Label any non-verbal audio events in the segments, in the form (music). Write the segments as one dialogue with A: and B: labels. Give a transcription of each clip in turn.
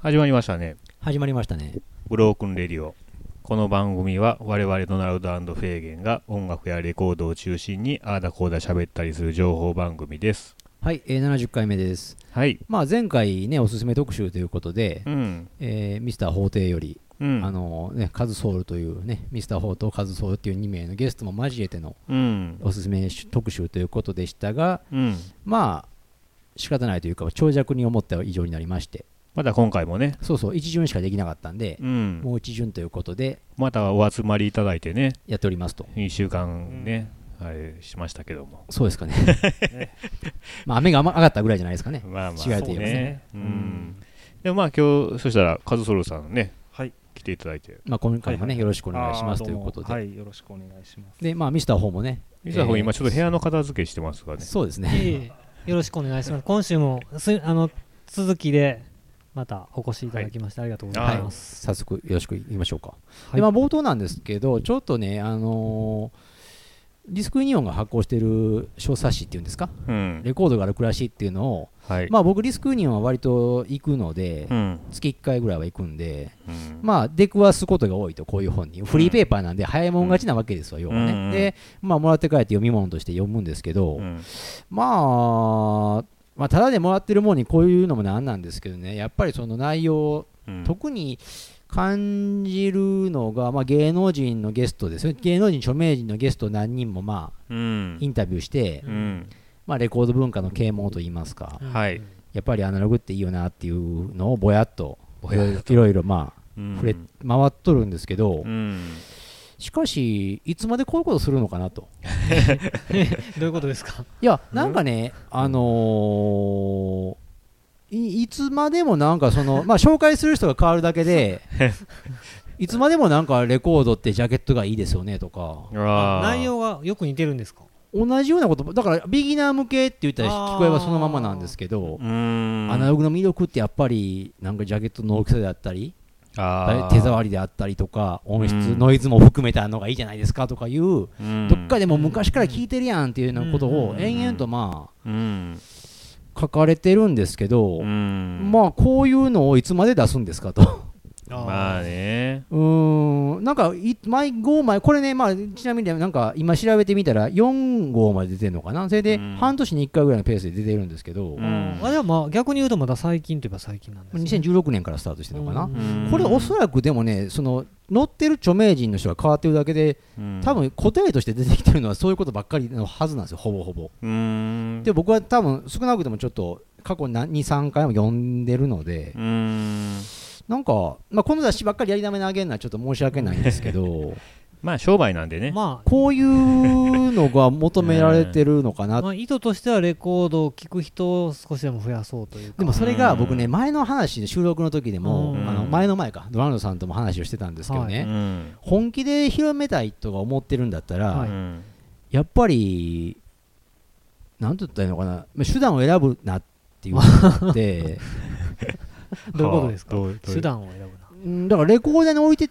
A: 始まりましたね。
B: 始まりましたね。
A: ブロークンレディオ。この番組は我々ドナルドフェーゲンが音楽やレコードを中心にああだこうだ喋ったりする情報番組です。
B: はい、えー、70回目です。
A: はい。
B: まあ、前回ね、おすすめ特集ということで、
A: うん。
B: えーミスター法廷より、
A: うん。
B: あのね、カズソウルというね、ミスター法とカズソウルっていう2名のゲストも交えての
A: うん。
B: おすすめ特集ということでしたが、
A: うん。
B: まあ、仕方ないというか、長尺に思った以上になりまして、
A: また今回もね、
B: そうそう、一巡しかできなかったんで
A: う、ん。
B: もう一巡ということで
A: またお集まりいただいてね、
B: やっておりますと。
A: 1週間ね、あれしましたけども。
B: そうですかね。 (laughs) まあ、雨が上がったぐらいじゃないですかね。
A: まあまあ、
B: 違うと言えば
A: ね
B: ね。
A: うん。でもまあ今日、そしたらカズソルさんね、
C: はい、
A: 来ていただいて。
B: まあ、今回も
C: はいは
B: ね、
C: い
B: よろしくお願いします
C: あー
B: という
C: ども
B: ことで
C: は。い、よろしくお願いします。
B: で、まあ、ミスターホーもね、
A: 実は今ちょっと部屋の片付けしてますがね。
B: そうです
D: いえ
B: ね、
D: いえよろしくお願いします。今週もすあの続きでまたお越しいただきましてありがとうございます。
B: 早速よろしく言いましょうか。
D: はい
B: でまあ、冒頭なんですけど、ちょっとね、あのーディスクユニオンが発行している小冊子っていうんですか、
A: うん。
B: レコードがある暮らしっていうのを、
A: はい。
B: まあ、僕、ディスクユニオンは割と行くので、
A: うん。
B: 月1回ぐらいは行くんで、
A: うん
B: まあ、出くわすことが多いと、こういう本に、フリーペーパーなんで、早いもん勝ちなわけですわ、要はね。
A: うん
B: で、まあ、もらって帰って読み物として読むんですけど、
A: うん
B: まあ、まあ、ただでもらってるもんにこういうのもなんなんですけどね、やっぱりその内容、
A: うん
B: 特に感じるのが、まあ、芸能人のゲストですよね芸能人著名人のゲストを何人もまあ
A: うん
B: インタビューして、
A: うん
B: まあ、レコード文化の啓蒙といいますか
D: うん
A: はい。
B: やっぱりアナログっていいよなっていうのをぼやっと
A: ぼやっ
B: いろいろまあ
A: 触
B: 触れ回っとるんですけど、
A: うん。
B: しかしいつまでこういうことするのかなと
D: どういうことですか。
B: いやなんかね、あのーいいつまでもなんかその、まあ、紹介する人が変わるだけでいつまでもなんかレコードってジャケットがいいですよねとか
A: あー
D: 内容がよく似てるんですか。
B: 同じようなことだからビギナー向けって言ったら
D: あー
B: 聞こえはそのままなんですけど
A: う、ん。
B: アナログの魅力ってやっぱりなんかジャケットの大きさであったり
A: あー
B: 手触りであったりとか音質、
A: うん
B: ノイズも含めたのがいいじゃないですかとかいう、
A: うん
B: どっかでも昔から聞いてるやんっていうようなこと
D: う
B: を
D: ん
B: 延々とま
A: うん。
B: あ書かれてるんですけど、
A: うん
B: まあこういうのをいつまで出すんですかと。 (laughs)
A: まあね。
B: うーんなんかい毎号までこれね、まあ、ちなみになんか今調べてみたら4号まで出てるのかなそれで
A: うん
B: 半年に1回ぐらいのペースで出てるんですけど、
A: う
D: うんんあでもまあ逆に言うとまだ最近といえば最近なんです、ね。
B: 2016年からスタートしてるのかな、
A: うん
B: これおそらくでもねその乗ってる著名人の人が変わってるだけで
A: うん
B: 多。分答えとして出てきてるのはそういうことばっかりのはずなんですよほぼほぼ。
A: うん。
B: で僕は多分少なくともちょっと過去23回も読んでるので
A: うん。
B: なんか、まあ、この雑誌ばっかりやりだめ投げるのはちょっと申し訳ないんですけど。
A: まあ商売なんでね。
D: まあ。
B: こういうのが求められてるのか
D: (laughs)
B: な、
D: まあ、意図としてはレコードを聴く人を少しでも増やそうというか
B: でもそれが僕
A: う
B: ね、
A: ん
B: 前の話で、収録の時でも、
D: うん
B: あの前の前か、ドランドさんとも話をしてたんですけどね、
A: うん。
B: 本気で広めたいとか思ってるんだったら、
D: はい
A: うん
B: やっぱり、なんて言ったらいいのかな、まあ手段を選ぶなっていうのがあって、
D: (laughs) どういうことですか
A: はあどうどういう
D: 手段を選ぶな
B: うんだからレコーダーに置いて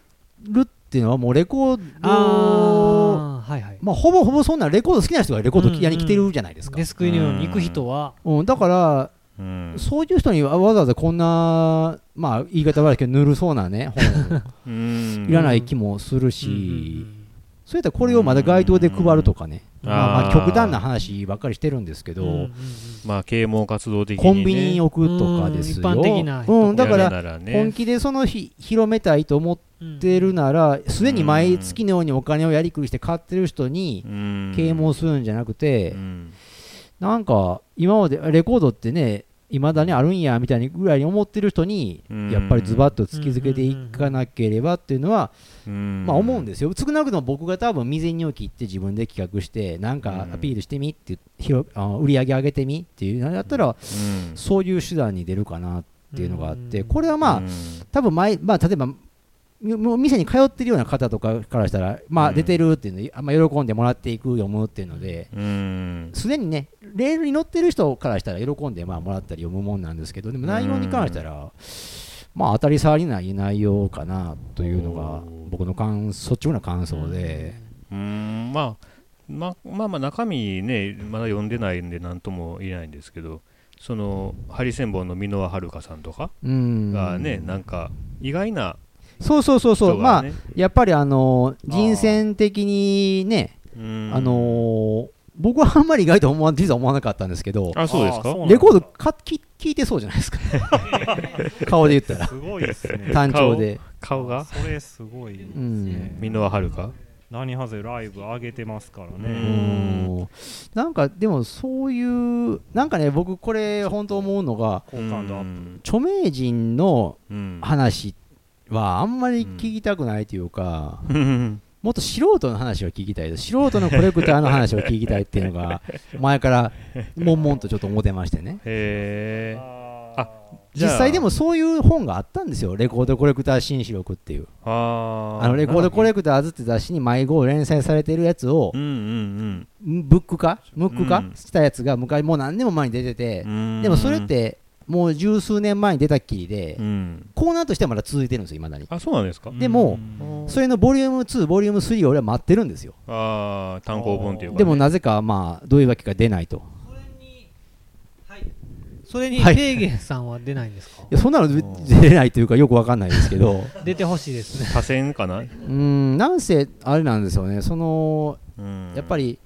B: るっていうのは、もうレコード、
D: あーはいはい
B: まあ、ほぼほぼそんなレコード好きな人がレコード屋に来てるじゃないですか
D: デ。スクユニオンに行く人は
B: うん、だから
A: うん
B: そういう人にわわざわざこんな、まあ、言い方悪いけど、ぬるそうなね、本
A: うん
B: いらない気もする
D: うんうん
B: し
D: う、ん
B: そういったらこれをまだ街頭で配るとかね、
A: うん
B: まあ、ま
A: あ
B: あ
A: ー
B: 極端な話ばっかりしてるんですけ
D: うんうん
B: ど
D: うん、
A: まあ啓蒙活動的にね。
B: コンビニに置くとかですよ。
D: うん一般的な人
B: うん、だか
A: やるな
B: ら
A: らね、
B: 本気でその日広めたいと思っ
D: うん
B: てるなら、すでに毎月のようにお金をやりくりして買ってる人に
A: うん
B: 啓蒙するんじゃなくて
A: う、ん
B: なんか今までレコードってねいまだにあるんやみたいにぐらいに思ってる人に
A: うん
B: やっぱりズバッと突きつけていかなければっていうのは
A: うん
B: まあ思うんですよ少なくとも僕が多分未然に起きって自分で企画してなんかアピールしてみって広あ売り上げ上げてみっていうのやったら
A: うん
B: そういう手段に出るかなっていうのがあって
D: うん
B: これはま
A: う
B: あ
A: ん
B: 多分前まあ例えばみもう店に通ってるような方とかからしたらま
A: う
B: あ
A: ん
B: 出てるっていうのであんま喜んでもらっていく読むっていうので
A: うん
B: すでにね、レールに乗ってる人からしたら喜んでまあもらったり読むもんなんですけど、でも内容に関したら、まあ当たり障りない内容かなというのが
A: おー、
B: 僕の感率直な感想で、
A: うーんまあままあまあ中身ねまだ読んでないんで何とも言えないんですけどそのハリセンボンの箕輪遥さんとか
B: うん
A: がね、なんか意外な
B: そうそうそうそう、
A: 人
B: ま
A: が
B: あ
A: ね、
B: やっぱりあの
A: あー
B: 人選的にね
A: うん
B: あのー僕はあんまり意外と思わ実は思わなかったんですけど
A: あそうです
C: あー
A: か
C: そうなんだ
B: レコードかき聞いてそうじゃないですか (laughs) 顔で言ったら
C: すごいですね
B: (laughs) 単調で
A: 顔が
C: それすごいですね
A: 箕輪遥
C: 何はぜライブ上げてますから
A: う
B: う
A: ー
C: ね
A: ん
B: んなんかでもそういうなんかね僕これ本当思うのが
C: 好感度ア
A: う
C: ッ
A: ん
B: 著名人の
A: うん
B: 話はあんまり聞きたくないというか、
A: うん
B: もっと素人の話を聞きたいです素人のコレクターの話を聞きたいっていうの
A: (laughs)
B: が前から悶々とちょっと思ってましてね
A: (laughs) へ
C: プ
A: え
C: あ
A: じゃ
B: 実
A: あ
B: 際でもそういう本があったんですよレコードコレクター新四録っていう
A: あー
B: あのレコードコレクターズって雑誌に毎号連載されてるやつを
A: うんうん
B: ブック化ムック
A: う
B: 化
A: ん
B: したやつが昔もう何年も前に出てて
A: うん
B: でもそれってもう十数年前に出たっきりで
A: うん
B: コーナーとしてはまだ続いてるんですよいまだに
A: あそうなんですか
B: でも
C: うん
B: それのボリューム2ボリューム3を俺は待ってるんですよ
A: ああ単行本っていうかね
B: でもなぜかまあどういうわけか出ないと
D: それに
B: はい
D: ペーゲンさんは出ないんですか、
B: いやそんなの出れないというかよくわかんないですけど
D: 出てほしいですね
A: 多選かな
B: うーんなんせあれなんですよねそのやっぱ
A: り
B: り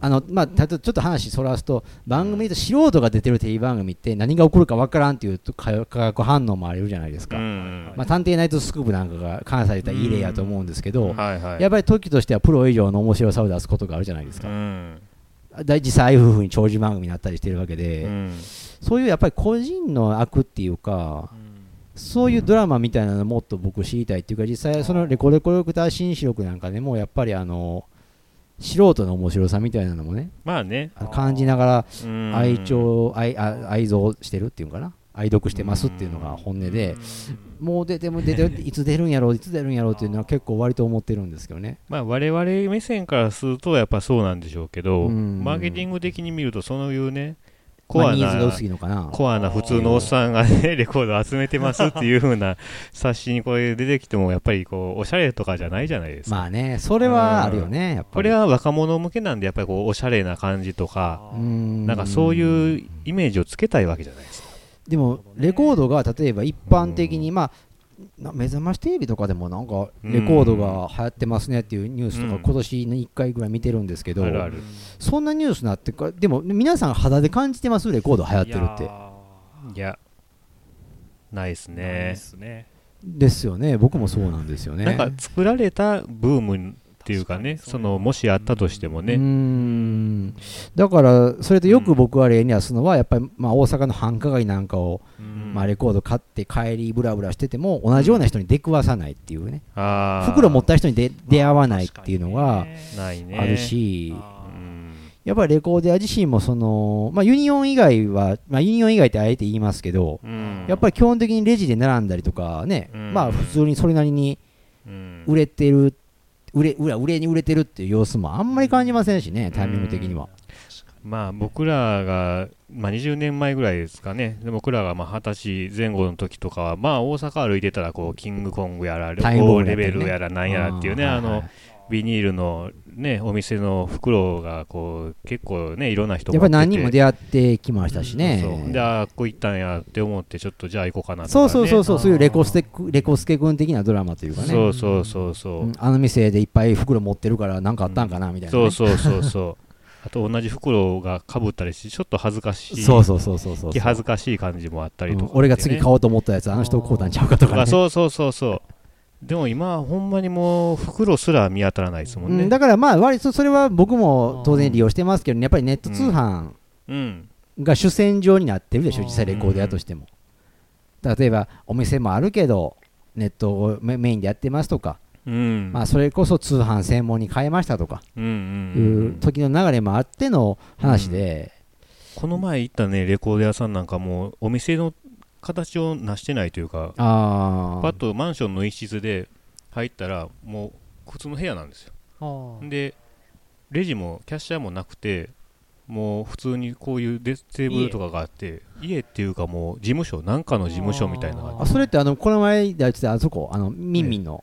B: あのまあたとちょっと話そらすと番組で素人が出てるテレビ番組って何が起こるかわからんっていうと化化学反応もあるじゃないですか、
A: うん
B: まあ、探偵ナイトスクープなんかが関西で言ったらいい例やと思うんですけど、
A: はいはい
B: やっぱり時としてはプロ以上の面白さを出すことがあるじゃないです
A: う
B: か、
A: ん
B: 大実際ああいうふうに長寿番組になったりしてるわけで、
A: うん
B: そういうやっぱり個人の悪っていうか、そういうドラマみたいなのもっと僕知りたいっていうか実際そのレコレコレクター新視力なんかでもやっぱりあの素人の面白さみたいなのもね
A: まあね
B: あの感じなが
A: うん
B: ら愛情愛あ愛憎してるっていうのかな愛読してますっていうのが本音でもう出ても出ていつ出るんやろういつ出るんやろうっていうのは結構割と思ってるんですけどね
A: まあ我々目線からするとやっぱそうなんでしょうけど
B: うん
A: マーケティング的に見るとそういうねコ
B: まあ
A: ア
B: ニーズが
A: な
B: 薄いのかな
A: コアな普通のおっさんがねレコード集めてますっていう風な冊子にこれ出てきてもやっぱりこうおしゃれとかじゃないじゃないですか
B: まあねそれはあるよねやっぱり
A: これは若者向けなんでやっぱりこうおしゃれな感じとか
B: うん
A: なんかそう
B: う
A: いうイメージをつけたいわけじゃないですか
B: でもレコードが例えば一般的にまあな目覚ましテレビとかでもなんかレコードが流行ってますねっていうニュースと
A: う
B: か
A: ん
B: 今年の1回ぐらい見てるんですけど
A: あるある
B: そんなニュースになってからでも皆さん肌で感じてますレコード流行ってるって
A: いやないです
C: ねえで
A: ね
C: すね
B: ですよね僕もそうなんですよね
A: なんか作られたブームっていうかね
C: 確かに
A: そのもしあったとしても
B: う
A: ね
B: ーんだからそれとよく僕は例に出すのはやっぱりまあ大阪の繁華街なんかを
A: うん
B: まあレコード買って帰りブラブラしてても同じような人に出くわさないっていうね
A: あー
B: 袋持った人に出出会わないっていうのが
A: ないね
B: あるし
A: うん
B: やっぱりレコーデア自身もその、まあ、ユニオン以外は、まあ、ユニオン以外ってあえて言いますけど、
A: うん
B: やっぱり基本的にレジで並んだりとかね、
A: うん
B: まあ普通にそれなりに
A: うん
B: 売れてる、売れ売れ売れに売れてるっていう様子もあんまり感じませんしね、タイミング的には。
A: まあ僕らが、まあ、20年前ぐらいですかねで僕らがまあ二十歳前後の時とかはまあ大阪歩いてたらこうキングコングやらレ
B: タイムボールや
A: レ
B: ったりね
A: ベルやらなんやらっていうね
B: ー
A: あ
B: はい
A: の
B: はい
A: ビニールのねお店の袋がこう結構ねいろんな人
B: やっぱり何人も
A: 持ってて
B: 出会ってきましたし
A: そうで
B: ね。
A: ああっこ行ったんやって思ってちょっとじゃあ行こうかなとか、
B: そう
A: ね、
B: そうそうそう、
D: あー
B: そういうレコステクレコスケ君的なドラマというかね、
A: そうそうそうそう、
B: うんあの店でいっぱい袋持ってるから、なんかあったんかなみたいな
A: そ
B: ね。
A: うそうそうそう
B: (laughs)
A: あと同じ袋がかぶったりしてちょっと恥ずかしい
B: そうそうそうそうそう
A: 気。恥ずかしい感じもあったりとか、
B: うん俺が次買おうと思ったやつあの人こうたんちゃうかと
A: と
B: かね
A: かそうそうそうそうでも今ほんまにもう袋すら見当たらないですもん
B: う
A: ね
B: んだからまあ割とそれは僕も当然利用してますけど、ね、やっぱりネット通販
A: うん
B: が主戦場になってるでしょ、
D: うん
B: 実際レコード屋としても例えばお店もあるけどネットをメメインでやってますとか、
A: うん
B: まあ、それこそ通販専門に変えましたとか
A: うん
B: い
A: うんうん
B: う時の流れもあっての話で、
A: この前行ったねレコード屋さんなんかもうお店の形をなしてないというか
B: あ
A: パッ
B: あ
A: とマンションの一室で入ったらもう普通の部屋なんですよ
D: あー
A: でレジもキャッシャーもなくてもう普通にこういうデステーブルとかがあって家っていうかもう事務所なんかの事務所みたいなのがあって
B: あそれってあのこの前で言ってたあそこあのミンミンの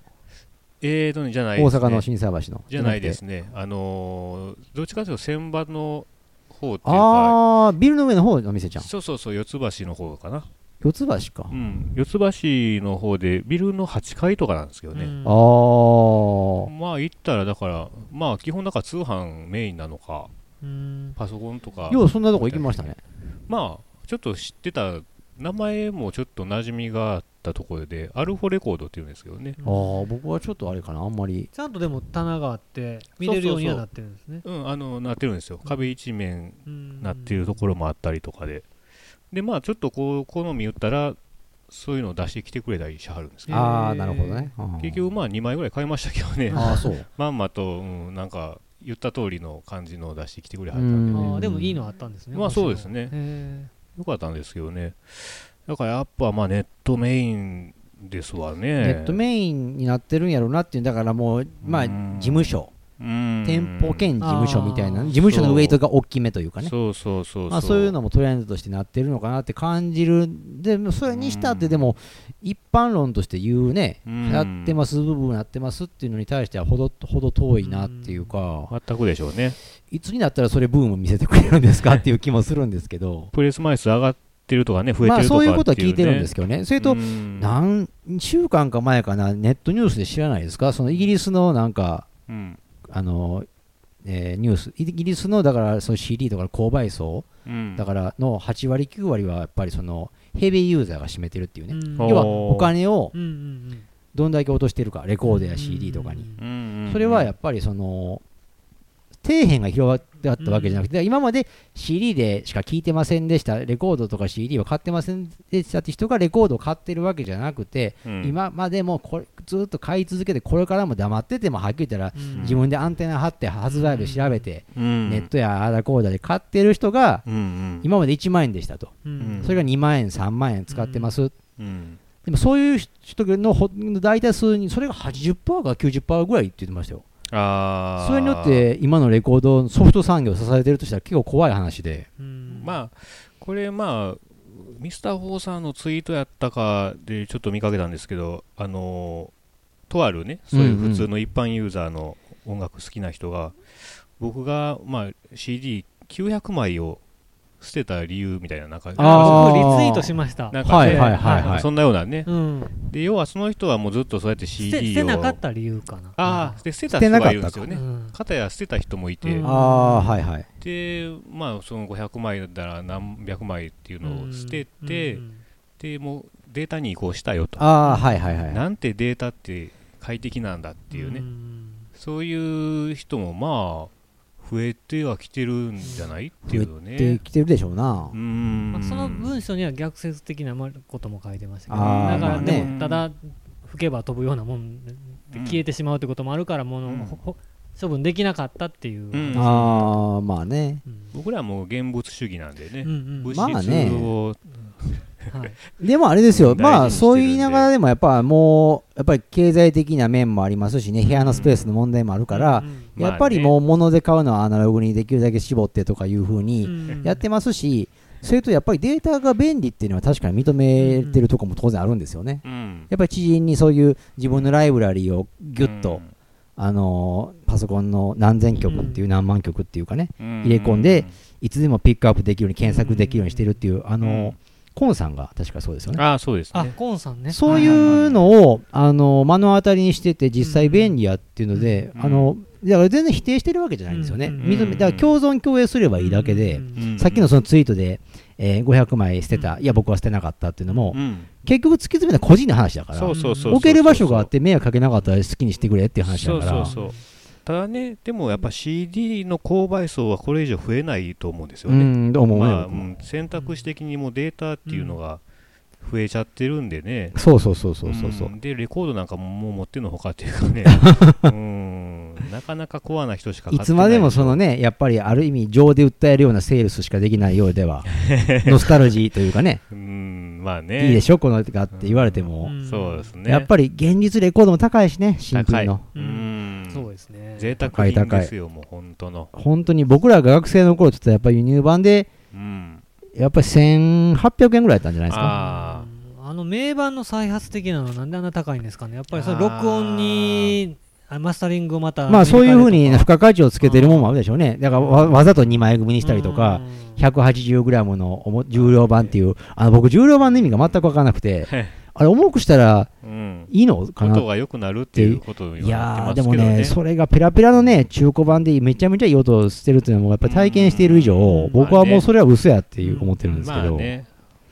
A: えーとねじゃない
B: 大
A: ですね
B: 阪の心斎橋の
A: じゃないです
B: ね
A: ねあのーどっちかというと船場の方っていうか
B: ああビルの上の方の店じゃん
A: そうそうそう四つ橋の方かな、
B: 四つ橋か、
A: うん、四つ橋の方でビルの8階とかなんですけどね、
B: あー
A: まあ行ったらだからまあ基本だから通販メインなのか
D: うん
A: パソコンとか
B: ようそんなとこ行きましたね
A: まあちょっと知ってた名前もちょっと馴染みがあったところでアルフォレコードっていうんですけどね
B: ああ僕はちょっとあれかなあんまり
D: ちゃんとでも棚があって見れるようにはなってるんですね
A: うんあのなってるんですよ壁一面なっていうとこ
D: ろ
A: ろもあったりとかででまあちょっとこう好み言ったらそういうのを出してきてくれたりしはるんですけど
B: ああなるほどね、うん
A: 結局まあ2枚ぐらい買いましたけどね
B: ああそう
A: (laughs) まんまと、うん、なんか言った通りの感じのを出してきてくれはった
B: うん
A: で
B: ん
D: ああでもいいのあったんですね
A: まあそうですね
D: ね
A: よかったんですけどねだからやっぱまあネットメインですわね
B: ネットメインになってるんやろうなっていうだからもうまあ
A: うん
B: 事務所
A: うん
B: 店舗兼事務所みたいな
D: あー
B: 事務所のウェイトが大きめというかね
A: そうそうそうそう、
B: まあ、そういうのもトレンドとしてなってるのかなって感じるでもそれにしたっ
A: う
B: て
A: ん
B: でも一般論として言うね
A: うん
B: やってます部分やってますっていうのに対してはほどほど遠いなっていうか
A: 全くでしょうね
B: いつになったらそれブーム見せてくれるんですかっていう気もするんですけど
A: プレス枚数上がってるとかね増え
B: ま
A: て
B: あ
A: るとかっていう、ね、
B: そういうことは聞いてるんですけどねそれと
A: うん
B: 何週間か前かなネットニュースで知らないですかそのイギリスのなんか
A: うん
B: あの、えーニュースイギリスのだからその CD とかの購買層
A: うん
B: だからの8割9割はやっぱりそのヘビーユーザーが占めてるっていうね
A: おー
B: 要はお金を
D: うんうん
B: どんだけ落としてるかレコード
D: う
B: や
D: ん
B: CD とかに
A: うんうんうん
B: それはやっぱりその底辺が広がったわけじゃなくて今まで CD でしか聴いてませんでしたレコードとか CD は買ってませんでしたって人がレコードを買ってるわけじゃなくて
A: うん
B: 今までもこれずっと買い続けてこれからも黙っててもはっきり言ったら
D: うん
B: 自分でアンテナ張って発売日調べて
A: うん
B: ネットやあーだこーだで買ってる人が
A: うんうん
B: 今まで1万円でしたと
D: うん
B: それが2万円3万円使ってます
A: うん
B: でもそういう人のほ大多数にそれが80%か90%ぐらいって言ってましたよ
A: あー
B: それによって今のレコードソフト産業を支えてるとしたら結構怖い話で
D: うん
A: まあこれまあミスター・フォーさんのツイートやったかでちょっと見かけたんですけどあのーとあるねそういう普通の一般ユーザーの音楽好きな人が、僕がまあ CD900 枚を捨てた理由みたいななんか
B: あー
D: 僕リツイートしました
A: なんかね
B: はいはいはいはい
A: そんなようなね
D: うん
A: で要はその人はもうずっとそうやって
D: 捨て
A: CD
D: 捨
A: を
D: てなかった理由かな
A: ああで捨てた人がいるんですよ
D: う
A: ね
D: ん
A: 片や捨てた人もいて、
D: うん
B: ああーはいはい
A: でまあその500枚だったら何百枚っていうのを捨てて、
D: うん
A: でもうデータに移行したよと
B: ああはいはいはい
A: なんてデータって快適なんだっていうね、
D: ん
A: そういう人もまあ増えてはきてるんじゃないっていうのね
B: できてるでしょうな
A: うーん、
D: まあその文章には逆説的なことも書いてましたけど
B: あ
D: だ
A: ー
D: か
A: ま
D: ら
A: あ
D: で
A: ね
D: もただ吹けば飛ぶようなもんで
A: うん
D: 消えてしまうってこともあるからも
A: うん
D: のほほ処分できなかったっていう
A: うん
B: ああまあね
D: うん
A: 僕らはもう現物主義なんでね、
D: うんうん
A: 物
B: まあね
A: 質を、
D: はい
B: でもあれです
A: 大事にしてる
B: よ
A: んで
B: まあそう言いながらでもやっぱもうやっぱり経済的な面もありますしね部屋のスペースの問題もあるから
D: うん
B: やっぱりもう物で買うのはアナログにできるだけ絞ってとかいうふうに
D: うん
B: やってますし、それとやっぱりデータが便利っていうのは確かに認めてるとこも当然あるんですよね。
A: うん
B: やっぱり知人にそういう自分のライブラリーをギュッと、あのーパソコンの何千曲っていうう何万曲っていうかね、
A: 入
B: 入れ込んでいつでもピックアップできるように検索できるようにしてるっていう、あのー
A: うん
B: コンさんが確かそうですよね。
A: ああそうです
D: あ
A: ね
D: コーンさんね
B: そうい
D: は
B: うのを、あのー目の当たりにしてて実際便利やっていうので、
A: うん
B: あのだから全然否定してるわけじゃないんですよね、
D: うん
B: 認めだから共存共栄すればいいだけで、
D: うん
A: うん
B: さっきのそのツイートで、えー500枚捨てた、
D: う
B: いや、僕は捨てなかったっていうのも、
A: うん
B: 結局突き詰めた個人の話だから、
A: そうそうそうそう
B: 置ける場所があって、迷惑かけなかったら好きにしてくれっていう話だから、
A: そうそうそうただねでもやっぱ CD の購買層はこれ以上増えないと思うんですよ
B: う
A: ね、
B: ん、どう思うね、
A: まあ、う
B: 僕も
A: ん選択肢的にもうデータっていうのが増えちゃってるんでね、
B: そうそうそうそうそうそう、
A: んでレコードなんかももう持ってるのほかっていうか
B: (laughs)
A: ねうんなかなかコアな人しか買って
B: い
A: ない
B: つまでもそのね、やっぱりある意味、情で訴えるようなセールスしかできないよう
A: (laughs)
B: では、ノスタルジーというかね、
A: うんまあね
B: いいでしょ、このがって言われても、
D: うん
A: そうですね
B: やっぱり現実レコードも高いしね、新
A: 高
B: 品
A: い
B: の。
A: う
D: そうんですね
A: 贅
B: 高
A: 沢
B: い
A: 品
B: 高い
A: ですよもう本当の
B: 本当に僕らが学生の頃ちょっとやっぱり輸入版で、
A: うん
B: やっぱり1800円ぐらいだったんじゃないですか。
A: あ
D: あの名盤の再発的なのはなんであんな高いんですかねやっぱりその録音にあマスタリングをまた
B: まあそういうふうに付
D: 深
B: 加価値をつけてるものもあるでしょうね。だからわわざと2枚組にしたりとか、180g の重重量版っていう、あの僕、重量版の意味が全く分からなくて
A: はい、
B: あれ、重くしたら
A: うん
B: いいのかな
A: 音が良くなるっていうことを
B: い
A: 言わ
B: やー
A: れて
B: で
A: ます
B: も
A: けど
B: ね、
A: ね。
B: それがペラペラのね、中古版でめちゃめちゃいい音をしてるっていうのも、やっぱり体験している以上、
D: うん
B: 僕はもうそれは嘘やっていう思ってるんですけ
A: まあ
B: ど、
A: ね、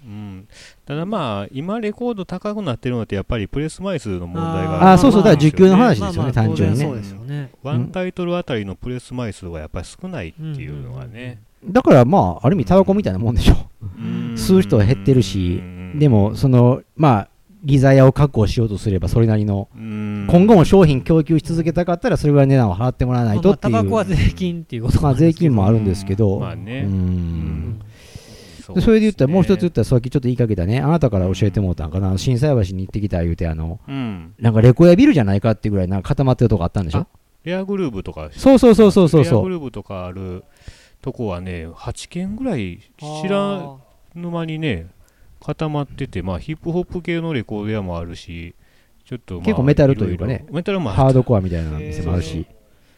A: うん、ただまあ、今、レコード高くなってるのって、やっぱりプレス枚数の問題が
B: あーそうそう、
A: る
B: だ
A: ん
B: から
A: です
B: 需
A: よ
B: 給
A: ね
B: の話ですよね、単純に
D: そう
B: ね。
D: ですよね
A: ワンタイトルあたりのプレス枚数がやっぱり少ないっていうのはね、
B: だからまあ、ある意味、タバコみたいなもんでしょ。
A: うん
B: 吸う人は減ってるし、で
A: も、
B: も、その、まあ、利ザヤを確保しようとすれば、それなりの、
A: 今
B: 今後も商品供給し続けたかったら、それぐらいの値段を払ってもらわないと
D: まあ
B: ってい
D: タバコは
B: う、
D: 税金っていうこと
B: まあ、税金もあ
A: あ
B: るんですけど、
A: まあ
B: う
A: ね、
B: ん。でそれで言ったら、もう一つ言ったら、さっきちょっと言いかけたね、あなたから教えてもらったんかな、震災橋に行ってきた言うて、あの、
A: うん、
B: なんかレコヤビルじゃないかっていうぐらい、なんか固まってるとこあったんでしょ
A: あレアグルーブとか、
B: そうそうそうそうそう
A: レアグ
B: そう。
A: ルーブとかあるとこはね、8軒ぐらい知らぬ間にね、固まってて、まあ、ヒップホップ系のレコード屋もあるし、ちょっと、まあ
B: 結構メタルというかね
A: ろろメタルも
B: ハ
A: あ
B: ー
A: る (laughs)
B: ドコアみたいな店もあるし、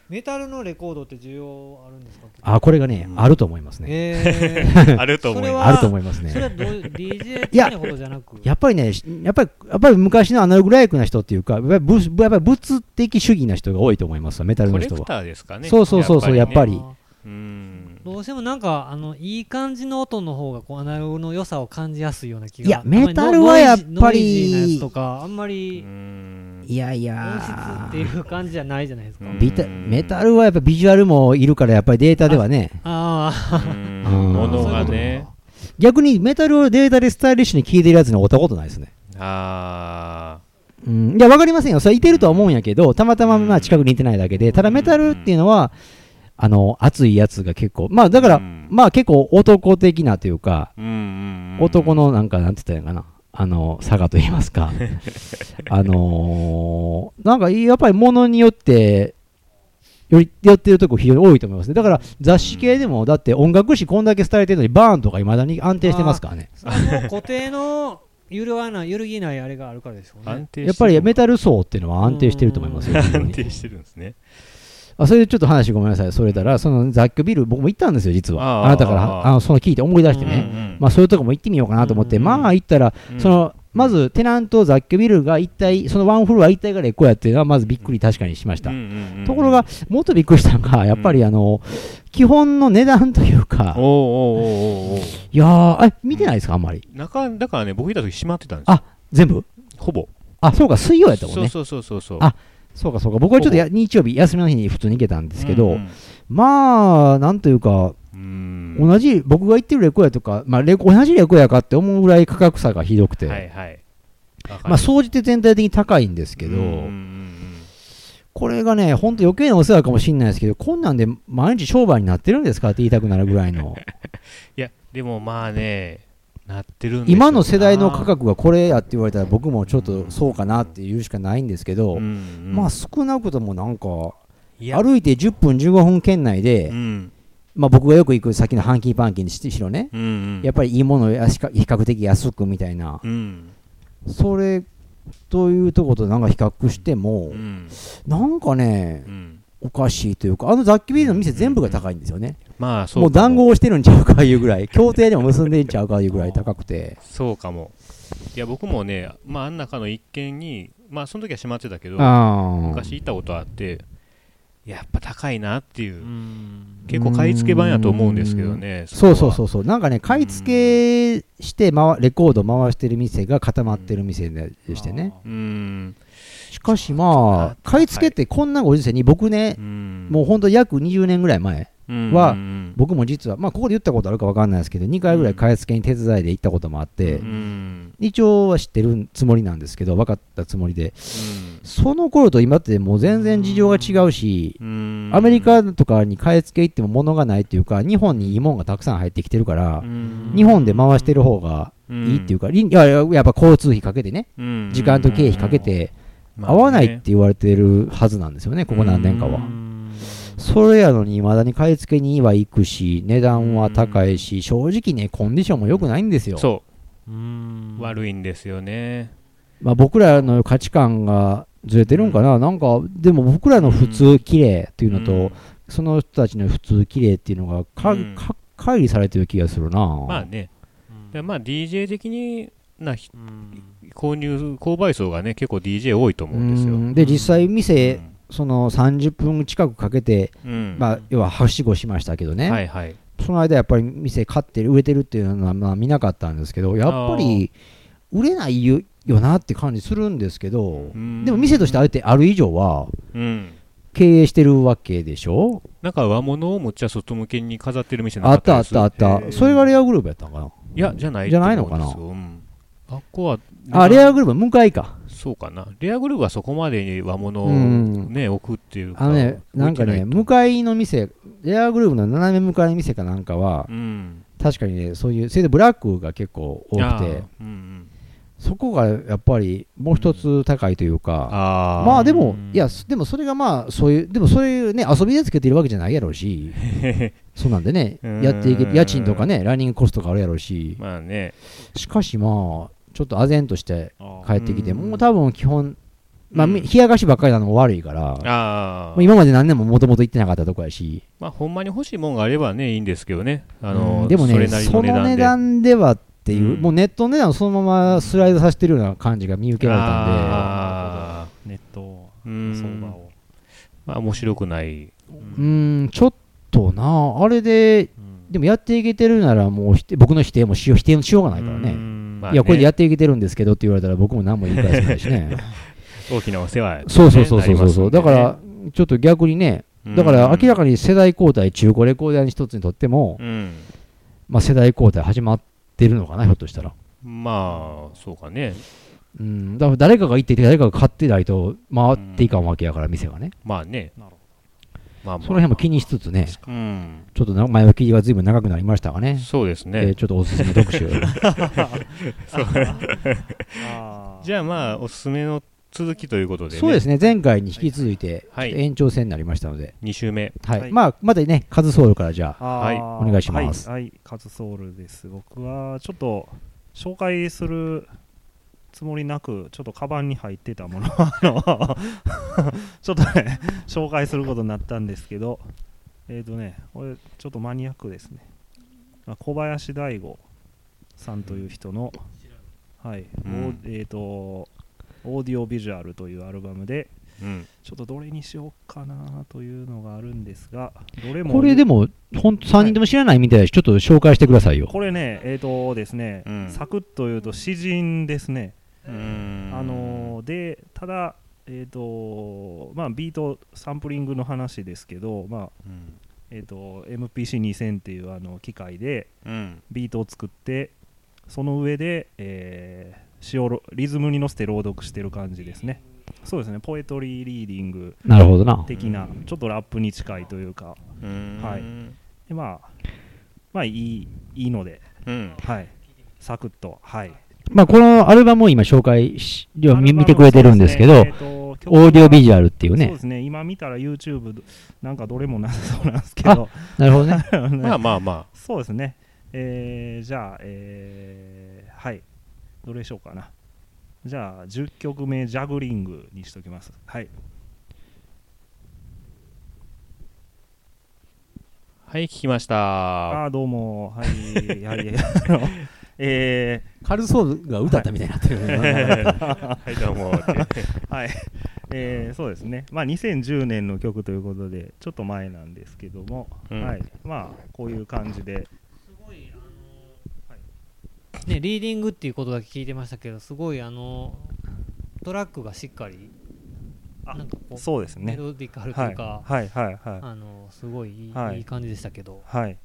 D: メタルのレコードって需要あるんですか
B: あ、これがね、あると思いますね。
D: え
A: あると思います。
D: それ
B: (laughs)
D: は
B: あると思います
D: それ
B: ね。
D: はどう DJ
B: いや
D: 的なことじゃなく
B: やっぱりね、しやっぱり、やっぱり昔のアナログライクな人っていうか、やっぱり物やっぱり物的主義な人が多いと思いますわメタル
A: コ
B: の
A: レ
B: 人
A: ク
B: は。
A: ターですかね。
B: そうそうそうそうやっぱり
A: り
D: あ
A: ね。
D: ーどうしてもなんかあのいい感じの音の方がこうアナログの良さを感じやすいような気が
B: いやメタルはやっぱり
D: ノイジーなやつとかあんま
A: う
D: り
A: ん。
B: いやい
D: 音質
B: や
D: っていう感じじゃないじゃないですか
A: うん
B: ビタメタルはやっぱビジュアルもいるから、やっぱりデータではね、
D: あ
B: (laughs)
A: うん
B: うん
A: 物がね。
B: 逆にメタルをデータでスタイリッシュに聴いてるやつに会ったことないですね。
A: あ
B: うん、いや、わかりませんよ。それいてるとは思うんやけど、たまたままあ近くにいてないだけで、ただメタルっていうのは、あの、熱いやつが結構、まあだ
A: あ。
B: から、
A: うん
B: まあ結構男的なというか、
A: うんうんうん
B: 男のなんかなんて言ったらいいのかなあの差がと言いま
A: (laughs)
B: すかあのーなんかやっぱり物によってよりやってるとこ非常に多いと思いますねだから雑誌系でもだって音楽誌こんだけ伝えてるのにバーンとかいまだに安定してますからね
D: あそれはもう固定の揺るがない揺るぎないあれがあるからでしょうね
A: 安定してる
B: やっぱりメタル層っていうのは安定してると思いますよ非常
A: 安
B: に
A: 定してるんですね。
B: あそれでちょっと話ごめんなさいそれたらその雑居ビル僕も行ったんですよ実は
A: あ
B: あ
A: あ
B: なたから
A: ああ
B: あのその聞いて思い出してね、
A: うんうん
B: まあ、そういうとこも行ってみようかなと思って、
D: うん
B: まあ行ったら、
A: うん
B: そのまずテナント雑居ビルが一体そのワンフロア一体がレコやっていうのはまずびっくり確かにしました、
A: うんうんうん
B: ところが、もっとびっくりしたのがやっぱりあの、基本の値段というか
A: おうおうおうおうおう
B: いやーえ見てないですかあんまり
A: 中だからね、僕いた時閉まってたんで
B: 全部
A: す。ほぼ。
B: あそうか水曜やったもんね
A: そうそうそうそうそう。
B: あそうかそうか僕はちょっとや日曜日休みの日に普通に行けたんですけど、
A: うん
B: まあなんというか
A: うん。うん
B: 同じ僕が行ってるレコやとか、まあ、レコ同じレコやかって思うぐらい価格差がひどくて、
A: はいはい。
B: まあ総じて全体的に高いんですけど、
A: うんうんうん
B: これがね、本当余計なお世話かもしれないですけど、こんなんで毎日商売になってるんですかって言いたくなるぐら
A: (laughs)
B: いの、
A: いや、でもまあね、なってるんでしょうな
B: 今の世代の価格がこれやって言われたら、僕もちょっとそうかなって言うしかないんですけど、
A: うんうん
B: まあ少なくともなんか、
A: いや
B: 歩いて10分、15分圏内
A: う
B: で、
A: ん
B: まあ僕がよく行く先のハンキーパンキーにししろね、
A: うんうん
B: やっぱりいいものをやしか比較的安くみたいな、
A: うん
B: それというとことなんか比較しても
A: う、ん
B: なんかね
A: う、ん
B: おかしいというか、あの雑居ビルの店全部が高いんですよね。
A: まあそう
B: もう
A: か
B: 談合をしてるんちゃうかいう
A: (laughs)
B: ぐらい、協定でも結んでんちゃうかいうぐらい高くて、
A: そうかもいや僕もねまああん中の一軒にまあその時は閉まってたけど
B: あ
A: 昔行ったことあってやっぱ高いなっていううん結構買い付け版やと思うんですけどね
B: そうそうそううそう、なんかね、買い付けして回、レコード回してる店が固まってる店でしてね、
A: うん
B: しかしまあ、買い付けってこんなご時世に、僕ね、もう
A: も
B: 本当、約20年ぐらい前、
A: う
B: は
A: ん
B: 僕も実は、まあ、ここで言ったことあるか分かんないですけど、2回ぐらい買い付けに手伝いで行ったこともあって
A: う、ん
B: 一応は知ってるつもりなんですけど、分かったつもりで、
A: うん
B: その頃と今って、もう全然事情が違うし、
A: うん
B: アメリカとかに買い付け行っても物がないっていうか、日本にいいもんがたくさん入ってきてるから、日本で回してる方がいいっていうか、りんいやいややっぱ交通費かけてね、時間と経費かけて、合わないって言われてるはずなんですよね、ここ何年かは。それやのに、未だに買い付けには行くし、値段は高いし、正直ね、コンディションも良くないんですよ。
A: そう
C: うん
A: 悪いんですよね
B: まあ、僕らの価値観がずれてるんかな、なんかでも僕らの普通綺麗っていうのと、
A: うん
B: その人たちの普通綺麗っていうのがか、
A: うん
B: か乖離されてる気がするな、
A: まあね、
C: うん
A: でまあ DJ 的になひ
C: うん
A: 購入購買層がね結構 DJ 多いと思
B: う
A: うんですよ。
B: んで実際店、
A: うん
B: その30分近くかけて、
A: うん
B: まあ、要ははしごしましたけどね、
A: はいはい。
B: その間やっぱり店買ってる売れてるっていうのはまあ見なかったんですけどやっぱり売れないよよなって感じするんですけど、
A: うん
B: でも店としてあえてある以上は
A: うん
B: 経営してるわけでしょ
A: なんか和物をむっちゃ外向けに飾ってる店なか
B: あったあっ
A: です
B: たあっ
C: へ
B: た
C: ー
B: それがレアグループやったんかない
A: やじゃない
B: じゃないのかな
A: と思うんですようんあっこは
B: あレアグループ向かいか
A: そうかなレアグループはそこまでに和物を
B: うん
A: ね置くっていうか
B: あのねなんか
A: 置いて
B: ね
A: い
B: 向かいの店レアグループの斜め向かいの店かなんかは
A: うん
B: 確かにねそういうそれでブラックが結構多
A: あ
B: くて
A: ーうんうん
B: そこがやっぱりもう一つ高いというか、
A: あー
B: まあでも
C: うん、
B: いや、すでもそれがまあ、そういう、でもそういうね、遊びでつけてるわけじゃないやろ
A: (laughs)
B: うし、そうなんでね
A: うー、ん
B: やっていけ、家賃とかね、ランニングコストがあるやろうし、
A: まあね
B: しかしまあ、ちょっと唖然として
C: あ
B: 帰ってきて、
A: うん
B: もう多分基本、まあ、
A: うん
B: み冷やかしばっかりなのも悪いから、も
A: あ
B: う
A: あ
B: 今まで何年ももともと行ってなかったとこやし、
A: まあほんまに欲しいもんがあればねいいんですけどねあ
B: う
A: の
B: んでも
A: そ
B: ね、
A: れなりの
B: そ
A: 値
B: の
A: 段で
B: 値段ではっていうう、
A: ん
B: もうネットの値段をそのままスライドさせてるような感じが見受けられたんで、
A: あ
C: ネット
A: ーう
C: 相場
A: ん
C: を
A: まあ面白くない
B: うん、ちょっとな、あれででもやっていけてるならもう否定僕の否定もしよう否定のしようがないからね。
A: まあ
B: いや、これでやっていけてるんですけどって言われたら僕も何も言い返せないし
A: (laughs)
B: ね。
A: 大きなお世話
B: そうそうそうそうそうそう。
A: ねなり
B: だ
A: ます
B: か
A: んでね
B: ら、ちょっと逆にね、だから明らかに世代交代、中古レコーダーに一つにとっても、
A: うん
B: まあ世代交代始まってるのかな、ひょっとしたら。
A: まあそうかね
B: うん、だから誰かが行って誰かが買ってないと回っていかんわけやから、店がね。
A: まあね
C: なるほ
A: まあまあ
B: その辺も気にしつつね、
A: うん
B: ちょっとな前置きが随分長くなりましたがね。
A: そうです
B: えー
A: ね
B: ちょっとおすすめ特
C: (laughs)
B: 集。
A: じゃあまあおすすめの続きということで
B: そうです
A: ね
B: ね、前回に引き続いて、
A: はい
B: ちょっと延長戦になりましたので、
A: 2週目
B: はい、
C: はい
B: まあまだねカズソウルからじゃあ
A: はい
B: お願いします
C: はい、はいカズソウルです僕はちょっと紹介するつもりなくちょっとカバンに入ってたもの (laughs) あのちょっとね紹介することになったんですけどえっ、ー、とねこれちょっとマニアックですねまあ小林大吾さんという人の、はい
A: うん
C: オーえっ、とオーディオビジュアルというアルバムで
A: うん
C: ちょっとどれにしようかなというのがあるんですがどれも
B: これでも本当3人とも知らないみたいだしちょっと紹介してくださいよ
C: これね、えーとですね、
A: うん
C: サクッと言うと詩人ですね、
A: うん
C: あのーでただ、えーとまあ、ビートサンプリングの話ですけど、まあ
A: うん
C: えー、と MPC2000 っていうあの機械で
A: うん
C: ビートを作ってその上で、えー詩をろリズムに乗せて朗読してる感じですねそうですねポエトリーリーディング
B: なるほどな
C: 的な、ちょっとラップに近いというか
A: うん
C: はいで、まあ、まあいいいいので、
A: うん
C: はい、サクッとはい
B: まあこのアルバムを今紹介し
C: アルバ
B: 見
C: ム
B: 見てくれてるんですけ
C: そ
B: ど
C: うですねえーと
B: オーディオビジュアルっていう
C: そう
B: ね
C: ですね、今見たら YouTube どなんかどれもなさそうなんですけど、
B: なるほどね
A: まあまあま
C: そうですね、えーじゃあ、えーはい、どれでしょうかな。じゃあ、10曲目、ジャグリングにしときます。はい、
A: あはい聞きました
C: ああー、どうも、はい、
B: (laughs)
C: はい、あのえ
B: カルソウルが歌ったみたいになってる
A: はいどうもって
C: ーはい、えーそうですね、まあ、2010年の曲ということで、ちょっと前なんですけども、
A: うん
C: はい、まあ、こういう感じで、
D: ね、リーディングっていうことだけ聞いてましたけどすごいあのトラックがしっかり
C: あ
D: なんかこう
C: そうですね
D: メ。ロディカルと
C: は
D: いう
C: い、
D: か、
C: はい、はい、はい。
D: あのすごいいい,、
C: はい
D: い、い感じでしたけど
C: はい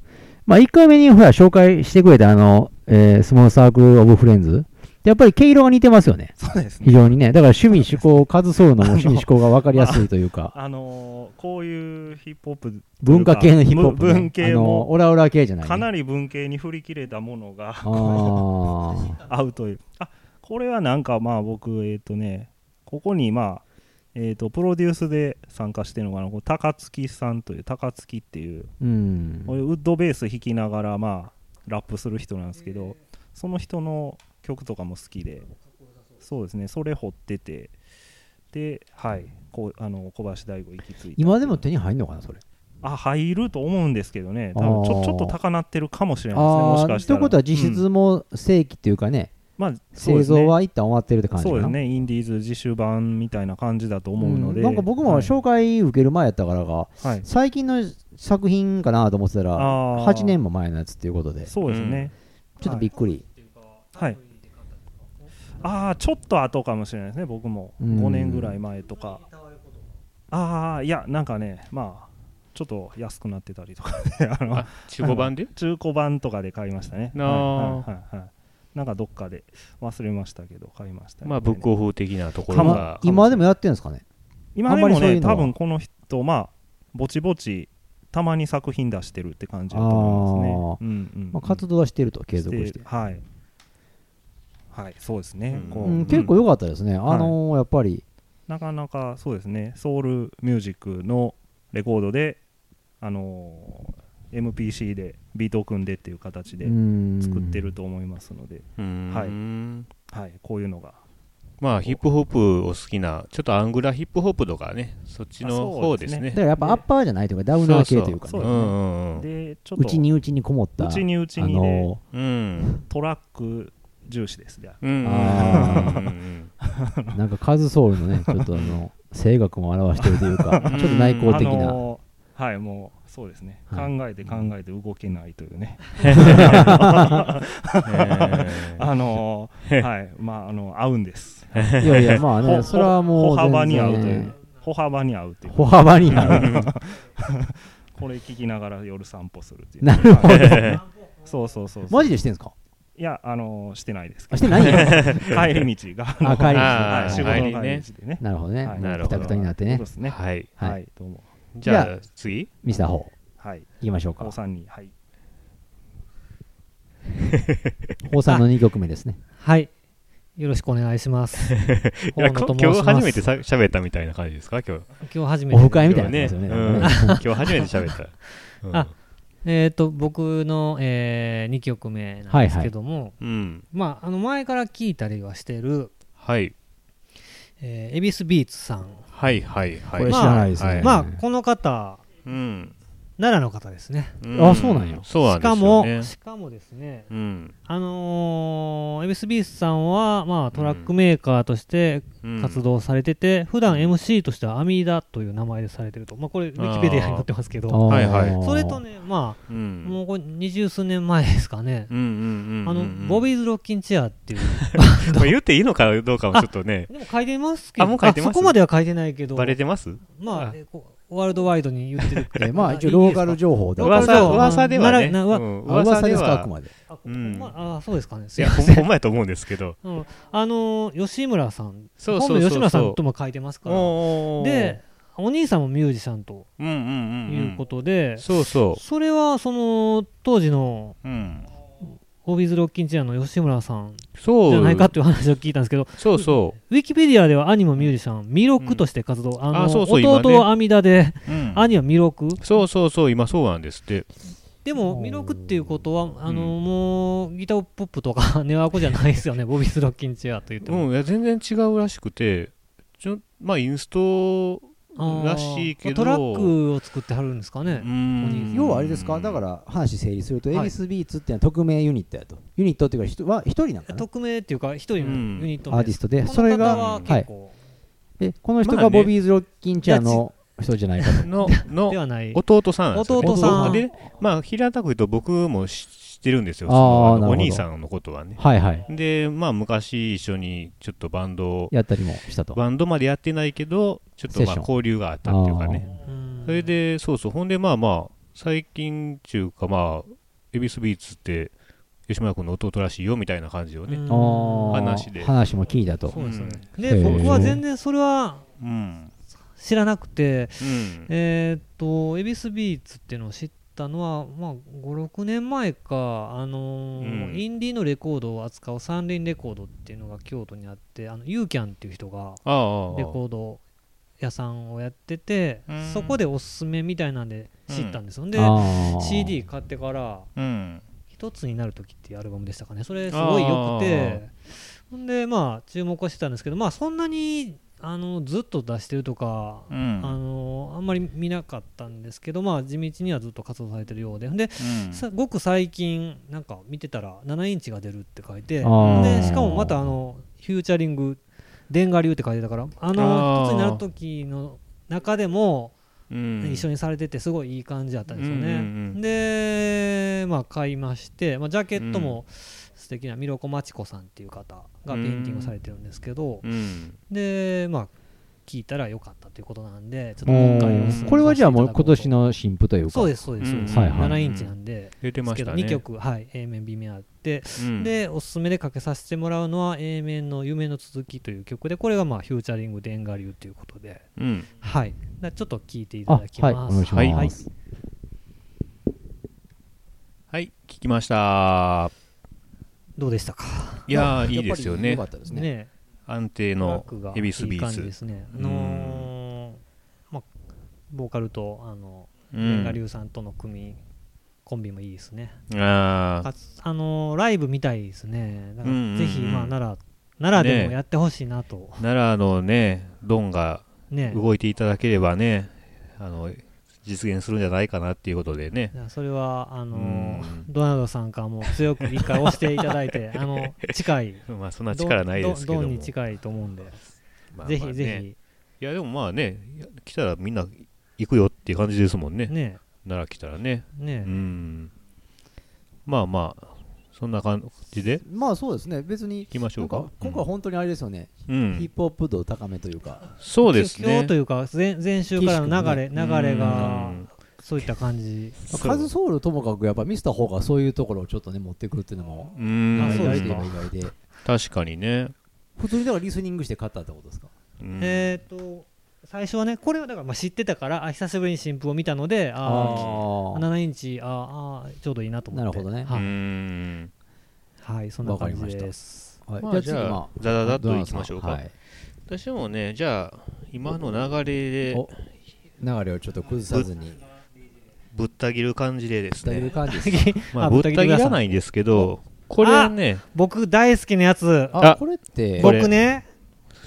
B: まあ1回目にほら紹介してくれたあの、えースモールサークル・オブ・フレンズやっぱり毛色が似てますよね
C: そうです
B: 非
C: ね。
B: 常にねだから趣味趣向カズソウルの趣味趣向が分かりやすいというか
C: あのーこういうヒップホップ、
B: 文化系のヒップホップ、ね、
C: ぶ文系も
B: あのオラオラ系じゃない、ね、
C: かなり文系に振り切れたものが (laughs)
B: あ
C: 合うという。あこれはなんかまあ僕、えっ、とね、ここにまあ、えっ、と、プロデュースで参加してるのかな、こう高槻さんという、高槻っていう、
B: ーうん
C: こういうウッドベース弾きながら、まあ、ラップする人なんですけど、その人の曲とかも好きで、そうですね、それ掘ってて、て、はい、こうあの小林大吾行き着いた
B: 今でも手に入んのかなそれ
C: あ入ると思うんですけどね、多分ち
B: あー
C: ょちょっと高なってるかもしれないですね、も
B: あ
C: し
B: あ
C: か
B: ー
C: し
B: と
C: た
B: い
C: ら。
B: うことは実
C: うん
B: 質も正規っていうかね、
C: まあ、そう
B: 製
C: ですね
B: 造は一旦終わってるって感じか
C: そう
B: な
C: ですね、インディーズ自主版みたいな感じだと思うので、
B: んなんか僕も
C: はい
B: 紹介受ける前やったからが、
C: はい
B: 最近の作品かなと思ってたら
C: あー
B: 8年も前のやつっていうことでちょ
C: そうですね、
B: っとびっくり、
C: はい、ああ、ちょっと後かもしれないですね、僕も、
B: うん
C: 5年ぐらい前とか。ああ、いや、なんかね、まあ、ちょっと安くなってたりとかね、 (laughs) あの
A: あ (laughs) 中古版で
C: 中古版とかで買いましたね。
A: あー
C: はいはいはいはいなんかどっかで忘れましたけど、買いました、
A: まあブックオフ的なところ
B: 今
A: が
B: 今でもやってるんですかね
C: 今でも
B: あんまりそうい
C: ね
B: うのは
C: 多分この人まあぼちぼちたまに作品出してるって感じだと
B: あ
C: 思いますね。うんうん
B: まあ、活動はしてると継続して
C: してはいはいそうですね、
A: うん
C: こ
B: うん、結構
C: うん
B: 良かったですね、あのーやっぱり、
C: なかなかそうですねソウルミュージックのレコードであのー MPC でビートを組んでっていう形で
B: うん
C: 作ってると思いますので、
A: うーん
C: はいこういうのが
A: まあヒップホップを好きなちょっとアングラヒップホップとかねそっちの方です
B: だ
A: ね
B: からやっぱアッパーじゃないというかダウナー系というか
C: そ
B: ね
C: う
A: うんうんうん
C: でちょっ
B: う
C: と
B: ちにうちにこもった
C: うちにうちに
B: あ
C: で、
B: の
A: うん
C: トラック重視ですね
A: うん
B: あー
A: うん
B: ーなんかカズソウルの
C: (laughs)
B: ねちょっとあの性格も表してるというかちょっと内向的
C: あ
B: な、
C: のーはいもうそうですね、
B: はい
C: 考えて考えて動けないとい
B: (laughs)
C: うね、
A: えー
C: あの
B: (laughs)
C: ーはいまああの合うんです
B: いやいやまあ
C: ほ
B: ねそれはもう
C: 歩幅
B: 全
C: に合うとい
B: 然
C: う歩幅に合うという
B: 歩幅に合う
C: これ聞きながら夜散歩するってい
B: (laughs)
C: う
B: なるほど
C: そうそうそうそう
B: マジでしてんすか
C: いやあのーしてないですけ
B: あしてないんや
C: ど (laughs) 帰り
B: (laughs)
C: 道が
B: あ帰り道
C: は
A: あ
C: い
A: ー
C: 仕事
A: 帰
C: の
A: りね
C: 帰り道でね
B: なるほど
C: は
B: ね
C: い
A: なる
B: く
A: ほど
B: たくたになって
C: そう
B: ね
C: ですね
A: はい
B: はい
C: はいどうも
A: じゃ
B: じ
A: あ次
B: ミスターホー
C: はい
B: いきましょうか
C: 高三にはい
B: ホーさんの2曲目ですね
D: はい。よろしくお願 (laughs) いします。
A: いや
D: 大野と
A: こ
D: 申し
A: 今
D: ます
A: 日初めてさ喋ったみたいな感じですか今日
D: 今日初め
B: オフ
D: て。
B: 会みたいになってますよね
A: うん
B: なんかね
A: 今日初めて喋ったうん
D: あえっ、と、僕の、え2曲目なんですけども、
A: うん
D: まあ、あの前から聞いたりはしてる、
A: はい
D: えー、エビスビーツさん。
A: はいはいは
B: こ
A: い
B: れ知らないですね
D: まあ、この方、
A: うん
D: 奈良の方ですね。
B: あそうなんや
A: そうなんです
D: しか
A: よ
D: も、
A: ね
D: しかもですね、
A: うん
D: あのー、エビスビーツさんは、まあ、トラックメーカーとして
A: うん
D: 活動されてて、普段 MC としてはアミーダという名前でされてると、まあ、これウィキペディアに載ってますけど
A: はいはい
B: あー
D: それとねまあ、
A: うん
D: もうこれ二十数年前ですかね、
A: うんうんうんうん
D: あのボビーズ・ロッキンチェ
A: (laughs)
D: アっていう
A: これ言っていいのかどうかもちょっと
D: (laughs)
A: ね
D: でも書いてますけど
A: あもう書いてます
D: そこまでは書いてないけど
A: バレてます
D: ま
A: あ
D: あえこうワールドワイドに言ってるけ
B: え
D: ど
B: まあ一応ローカル情報で
D: ローカル情
A: 噂
D: 報
A: 噂ではね
D: ならな
A: うん
B: あ噂ですかあく
A: い
B: まで
D: あここ
A: うん
D: まああそうですかねすい
A: や
D: ま
A: ほん
D: せん
A: ほんまやと思うんです
D: (laughs)
A: けど
D: うんあのー吉村さん
A: そうそうそうそう
D: 本名吉村さんとも書いてますから
A: おー
D: でお兄さんもミュージシャンと
A: うんうんうん
D: い
A: うん
D: うことで、
A: そうそ
D: それはその当時の
A: ううん
D: オビーズ・ロッキンチェアの吉村さん
A: そう
D: じゃないかっていう話を聞いたんですけど
A: そうそ
D: ウィキペディアでは兄もミュージシャン、ミロクとして活動、あの
A: あそうそう
D: 弟
A: 今ね
D: は阿弥陀で、
A: ううん
D: 兄はミロク。
A: そうそうそう今そうなんですって
D: でも、ミロクっていうことは、あのもうギターポップとか、ネワコじゃない
A: (laughs)
D: ですよね、ボビー・スロッキンチェアと言って
A: う
D: も。
A: んいや全然違うらしくてちょまあインスト
D: あー
A: らしいけど
D: トラックを作ってはるんですかね。
A: うん
B: 要はあれですかだから話整理すると
D: はい
B: エビスビーツっていうのは匿名ユニットやとユニットっていうか人は一人なんかな
D: 匿名っていうか、一人のユニット名
B: アーティストで
D: この
B: それ
D: 方
B: が
D: は結構、
B: でこの人
A: まあ
B: が
A: ね
B: ボビーズ・ロッキンチェアの人じゃないかと
A: の
D: で
A: の
D: はない。
A: 弟さんなんですよね
D: 弟さん
A: でまあ平たく言うと僕も知知ってるんですよ
B: あー
A: そのあ
B: なる
A: の
B: ほ
A: お
B: ど
A: 兄さんのことはね
B: はいはい
A: でまあ昔一緒にちょっとバンドを
B: やったりもしたと
A: バンドまでやってないけどちょっとま
B: セッ
A: あ
B: ション
A: 交流があったっていうかね
D: うん
A: それでそうそうほんでまあまあ最近っていうかまあ恵比寿ビーツって吉村君の弟らしいよみたいな感じを
D: う
A: ね
D: ん
B: あー
A: 話で
B: 話も聞いたと
D: そうですよね。
B: へ
D: で、
B: ー
D: 僕は全然それは
A: うん
D: 知らなくて、
A: うん
D: えーっと、恵比寿ビーツっていうのを知ったのは、まあ、5、6年前か、あのー
A: うん
D: インディーのレコードを扱う三輪レコードっていうのが京都にあって、あのユーキャンっていう人が
A: ああ
D: レコード屋さんをやってて
A: うん、
D: そこでおすすめみたいなんで知ったんですよ。で、
B: あー
D: CD 買ってから、
A: うん
D: 一つになる時っていうアルバムでしたかね、それすごい良くて、ほんで、まあ、注目はしてたんですけど、まあ、そんなにあのずっと出してるとか、
E: う
D: あ
E: ん
D: のあんまり見なかったんですけど、まあ、地道にはずっと活動されてるようでで、
E: うん
D: さごく最近なんか見てたら7インチが出るって書いてでし
F: あー
D: かもまたあのフューチャリング電ガ流って書いてたからあ
A: あー
D: の一つになる時の中でも
A: うん
D: 一緒にされててすごいいい感じだったんですよね、
A: うんうんうん
D: でまあ買いまして、まあ、ジャケットも素敵なミロコマチコさんっていう方がペインティングされてるんですけど、
A: うん
D: でまあ聞いたら良かったということなんでちょっと今回
A: う
D: 様
A: ん
D: 子見
F: これはじゃあもう今年
D: の
F: の新婦というか
D: そうですそうですそうです、
F: うんはいはい
D: 7インチなんで、
A: 出て
D: で
A: ますし
D: けど
A: たね
D: 2曲、はい、A 面 B 面あって、
A: うん
D: でおすすめでかけさせてもらうのは A 面の「夢の続き」という曲でこれがまあフューチャリング電ガ流ということで、
A: うん
D: はい、だちょっと聞いてい
F: あ
D: た
F: は
D: だき
F: い
D: ま
F: お
D: す。
F: 願いし
A: はい
D: は
F: ま
D: い
F: す、
A: はい聞きました
D: どうでしたか
A: いやーいいですよ
B: やっ
A: ね
B: ぱり良かったですね。
D: ね
A: 安定
D: トラ
A: の
D: ックが
A: エビスビー
D: いい
A: ツ
D: 感じですね。あ
A: うん
D: のーまあボーカルとあの
A: う
D: レンガ
A: ん
D: 流さんとの組コンビもいいですね。
A: あー
D: かつあのーライブ見たいですね。だか
A: うんうんう
D: ら
A: ん
D: ぜひまあ奈良奈良でも
A: ね
D: やってほしいなと
A: 奈良のねドンが
D: ね。
A: 動いていただければねあの実現するんじゃないかなっていうことでね
D: だからそれはあのー
A: うん
D: ドナルドさんからも強く一回押していただ
A: (laughs)
D: いてあの近い。
A: まあそんな力ないですけど
D: ドン
A: も
D: に近いと思うんで、
A: まあまあ
D: ぜ
A: ね
D: ひぜ
A: いやでもまあね来たらみんな行くよっていう感じですもんね
D: ひね
A: 奈良来たらねう
D: ね
A: んまあまあそんな感じで
B: まあそうですね、別に
A: 行、きまし
B: な
A: ょうんか
B: か今回は本当にあれですよね、
A: う
B: ヒ
A: ん
B: ップホップ度高めというか、
A: そうです
D: 今
A: ね
D: 日というか前前週からの流れ流れが
A: うん
D: そういった感じ
A: そう
B: カズソウルともかくやっぱミスター方がそういうところをちょっとね持ってくるっていうのも
A: う
B: 意
A: ん
D: あ
B: 外
D: そ
B: と
D: う
B: い
D: です
B: え
D: か
B: ば意外で
A: 確かにね
B: 普通にだからリスニングして勝ったってことですか
A: うん
D: えー、と最初はねこれはだからまあ知ってたからあ久しぶりに新婦を見たのでああ
B: あ
D: 7インチあーあーちょうどいいなと思っ
B: なる
D: て
B: ほどね
A: う
D: はい、
A: ん
D: はい、そんな感じです
B: あ、はい
A: まあ
B: じ
A: じ
B: ゃあ
A: ゃ
B: 次
A: あ
B: まあ
A: ザザザっと
B: ドラ
A: い
B: ムさ
A: き
B: ん
A: ましょうか
B: はい
A: 私もねじゃあ今の流れで
B: お流れをちょっと崩さずに
A: ぶった切る感じでです
B: 伝える
A: ね
B: 感じです
A: まあ
D: (laughs) あ
A: ぶ
D: ぶ
A: っ
D: ったた
A: 切
D: 切りだ
A: らないんですけどこれね
D: 僕大好きなやつ
A: あ
B: あこれって
A: これ
D: 僕ね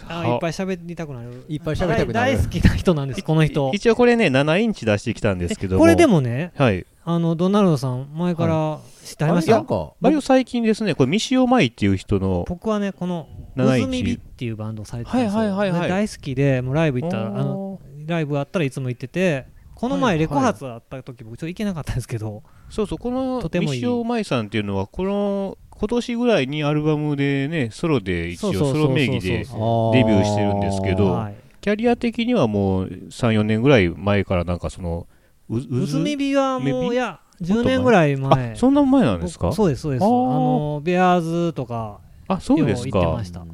D: あ
A: は
D: ーいっぱい喋りたくなる
B: いっぱい喋りたくな
D: 大
B: る
D: 大好きな人なんですこの人
A: 一応これね7インチ出してきたんですけども
D: これでもね
A: はい
D: あのドナルドさん前から知ってはりまし
B: あな
D: た
B: んか
A: 割と最近ですねこれミシオマイっていう人の
D: 僕はねこの「う
A: 7インチ
D: ずみび」っていうバンドをされてたんですよ、
A: はいはいはいはい
D: 大好きでもうライブ行ったらあの
A: おー
D: ライブあったらいつも行っててこの
A: はいは
D: 前
A: い
D: レコ発あった時僕ちょっと行けなかったんですけど
A: そうそうこの
D: とてもいい
A: 西尾舞さんっていうのはこの今年ぐらいにアルバムでねソロで一
D: そ
A: 応
D: うそうそう
A: ソ
D: そう
A: ロ名義で
D: そ
A: デビューしてるんですけど
D: はい
A: キャリア的にはもう34年ぐらい前からなんかそのうう
D: うずみびは
A: め
D: も
A: び
D: ういや10年ぐらい前
A: あそんな前なんですか
D: 僕そうですそうです
A: あー
D: あのベアーズとか
A: あそうです
D: よう行って
A: か
D: ました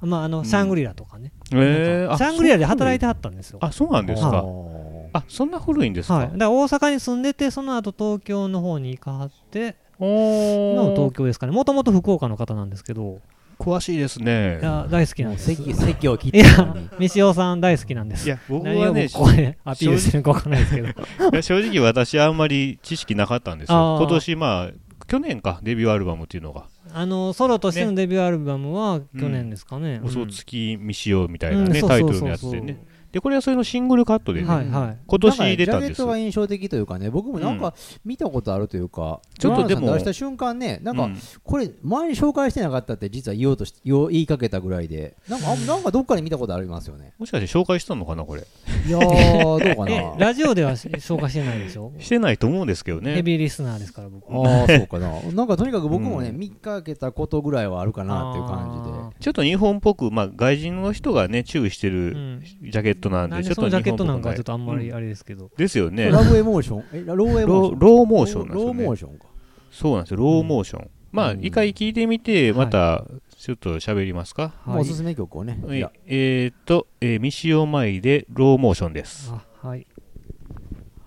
D: まああのシャングリラとかね
A: え
D: な
A: ー、
D: んかシャングリラで働いてはったんですよ
A: あそうなんです
B: あ
A: か
B: ー
A: あそんな古いんですか、
D: はい、だから大阪に住んでてその後東京の方に行かはって
A: お
D: 今も東
A: ー
D: 京ですかねもともと福岡の方なんですけど
A: 詳しいですね
D: いや大好きなんです
B: 席席を切っ
D: い
B: てたの
D: や
B: に
D: 西尾さん大好きなんです
A: いや僕
D: 何
A: は
D: を
A: ね
D: ここでアピールしてるのかわかんないですけ
A: (laughs)
D: ど
A: いや正直私あんまり知識なかったんですよ
D: あー
A: 今年まあ去年かデビューアルバムっていうのが
D: あのソロとしてのデビューアルバムは去年ですかね。
A: 「嘘つきみしよう」みた
D: た
A: いなね、タイトルのやつでねでこれはそれのシングルカットでね、
D: はいはい。
A: 今年出たん
B: なかね
A: で
B: ジャケッ
A: す
B: トが印象的というかね僕もなんか見たことあるというか
A: ちょっとでも
B: ドラムさん出した瞬間ねなんか
A: うん
B: これ前に紹介してなかったって実は言おうとし言おう言いかけたぐらいでなんかあなんかどっかで見たことありますよね
A: もしかして紹介したのかなこれ。
B: いやー (laughs) どうか
D: え
B: な
D: ラジオではし紹介してないでしょ
A: してないと思うんですけど
D: ヘ
A: ね
D: ビーリスナーですから僕。
B: ああそうかななんかとにかく僕もね、
A: うん
B: 見かけたことぐらいはあるかなっていう感
A: ちょっと日本っぽく、まあ、外人の人がね注意して
D: じ
A: るジャケットなんで、
D: なん
A: ち
D: で
A: ょっ
D: そ
A: と
D: の
A: 日
D: ジ
A: 本っ
D: ャ
A: ぽ
D: ケット
A: く
D: ないんかはちょっとあんまりあれですけど。
A: ですよ
B: じで、
A: ね
B: ラブエモーションえラローエ
A: ロ
B: モーション
A: ローモーションなんです
B: ロ
A: よ
B: ーモー
A: ね
B: ションか
A: そうなんですよローモーション、まあ
B: うん
A: 一回聞いてみてまたちょっと喋りますか、
B: まあ
D: は
B: お
D: い
B: す。すめ曲をね、
A: はいい
B: や、
A: えーっと、えー、ミシオマイでローモーションです
D: あはい。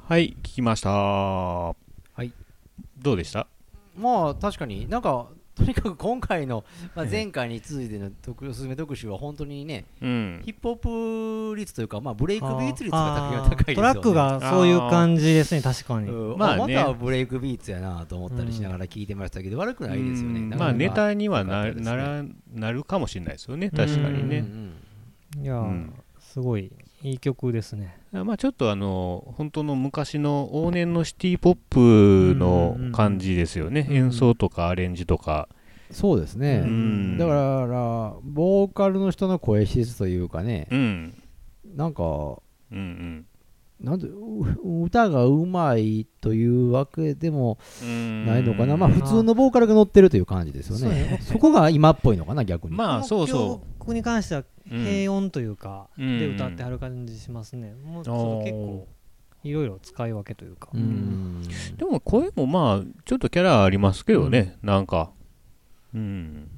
A: はい聞きましたはいどうでした
B: まあ確かになんかとにかく今回の、まあ、前回に続いての特おすすめ特集は本当にね
A: うん
B: ヒップホップ率というか、まあ、ブレイクビーツ率
D: あ
B: が
D: ー
B: 高いですよね
D: トラックがそういう感じですね確かに。
B: うん
A: ま
B: ま
A: あ
B: あ、
A: ね
B: またはブレイクビーツやなと思ったりしながら聞いてましたけど、悪くないですよね。
A: うん
B: な
A: ま
B: か
A: あ
B: なか
A: ネタにはな,、
B: 良かったです
A: な
B: ね
A: らなるかもしれないですよね確かに
B: うんう
A: ね
B: ん
D: いやー、
A: うん
D: すごいいい曲ですね
A: まあちょっとあの本当の昔の往年のシティ・ポップの感じですよね、
D: うんうんうん
A: 演奏とかアレンジとか、
B: そうですね、
A: うん
B: だからボーカルの人の声質というかね、
A: うん、
B: なん
A: う
B: か
A: んうん
B: なんてう歌がうまいというわけでも
A: うん
B: ないのかな、まあ普通のボーカルが乗ってるという感じですよねそこが今っぽいのかな逆に、
A: まあそうそ
D: こに関しては
A: う、うん
D: 平穏というか、
A: うん
D: で歌ってはる感じしますね、もうそ
A: あ
D: の
A: ー
D: 結構いろいろ使い分けというか、
B: う
D: うん
B: ん
A: でも声もまあちょっとキャラありますけどね、なんか、うん、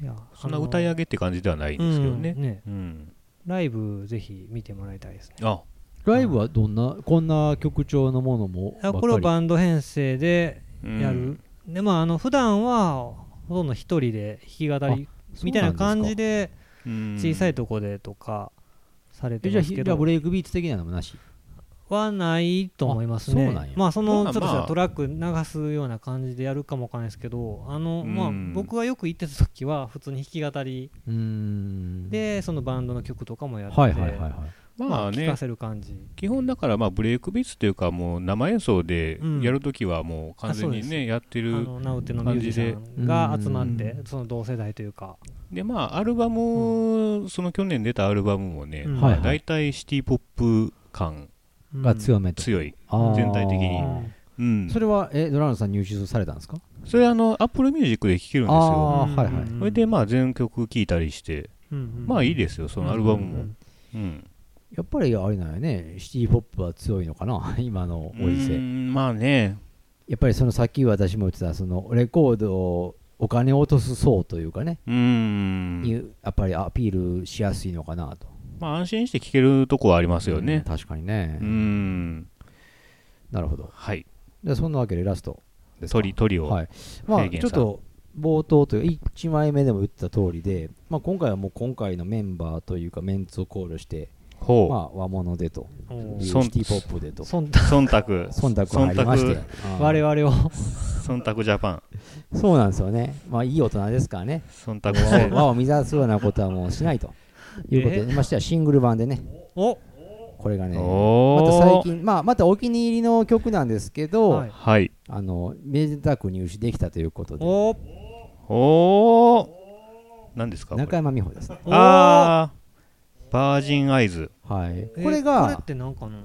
D: いや
A: そんな歌い上
D: げ
A: げって感じではないんですけどね。うん
D: ライブぜひ見てもらいたいですね
A: あ
B: ライブはどんなこんな曲調のものもば
D: あ
B: っかり
D: これをバンド編成で
A: うん
D: やる、でまああの普段はほとんど一人で弾き語りみたいな感じで
A: うん
D: 小さいとこでとかされて
B: えじゃ
D: ま
B: あ
D: す
B: ひ
D: け
B: じゃあ
D: ど
B: ブレイクビーツ的なのもなし
D: はないと思いますね
B: あそうなんや
D: まあその
A: まあ
D: ちょっと
A: ま
D: し
A: あ
D: たトラック流すような感じでやるかもわかんないですけどあのまあ
A: うん
D: 僕がよく行ってた時は普通に弾き語り
B: うーん
D: でそのバンドの曲とかもやって
B: はいはいはいはい
A: まあ
D: 聴
A: ね
D: かせる感じ
A: 基本だからまあブレイクビーツというかもう生演奏で
D: うん
A: やるときはもう完全
D: あ
A: に
D: そうで
A: ねやって
D: あ
A: る
D: のナウテのミュージシャンが集まってその同世代というか
A: でまあアルバムその去年出たアルバムもね
D: うん
A: ま
B: は
A: あ
B: いはい
A: 大体シティポップ感
B: が強めと
A: 強い
B: あー
A: 全体的にうん
B: それはえドラムさん入手されたんですか
A: それあのアップルミュージックで聴けるんですよ
B: あーはいはい
A: それでまあ全曲聴いたりしてまあいいですよそのアルバムもうん
B: やっぱりあれなんやねシティ・ポップは強いのかな (laughs) 今のおじ
A: う
B: せ
A: んまあね
B: やっぱりそのさっき私も言ってたそのレコードをお金を落とす層というかね、
A: うん
B: にやっぱりアピールしやすいのかなと
A: まあ安心して聴けるとこはありますよ
B: うん
A: ね
B: 確かにね、
A: うん
B: なるほど
A: はい
B: でそんなわけでラストですか
A: トリトリを
B: はいま
A: フェ
B: あ
A: ーゲン
B: ち
A: さ
B: ょ
A: ん
B: っと冒頭という1枚目でも言ってた通りで、まあ、今回はもう今回のメンバーというかメンツを考慮して、
A: ほう
B: まあ、和物でと
D: お
B: いう
D: ー
B: シテ
A: そん
B: ィ・ポップでと
D: そん
A: 忖度
B: 忖度がありましてあー
D: 我々を
A: 忖度ジャパン
B: そうなんですよねまあいい大人ですからね
A: 忖度
B: 和を和を乱すようなことはもうしないということで、ましてはシングル版でね
D: お
B: これがねまた最
A: おー
B: 近、まあ、またお気に入りの曲なんですけど、
D: はい
A: はい
B: あのめでたく入手できたということで
D: お
A: おお何ですかこれ
B: 中山美穂ですね、
A: あーバージンアイズ
B: はい、
D: えー
B: これ
D: これ
B: が
D: ってなんかの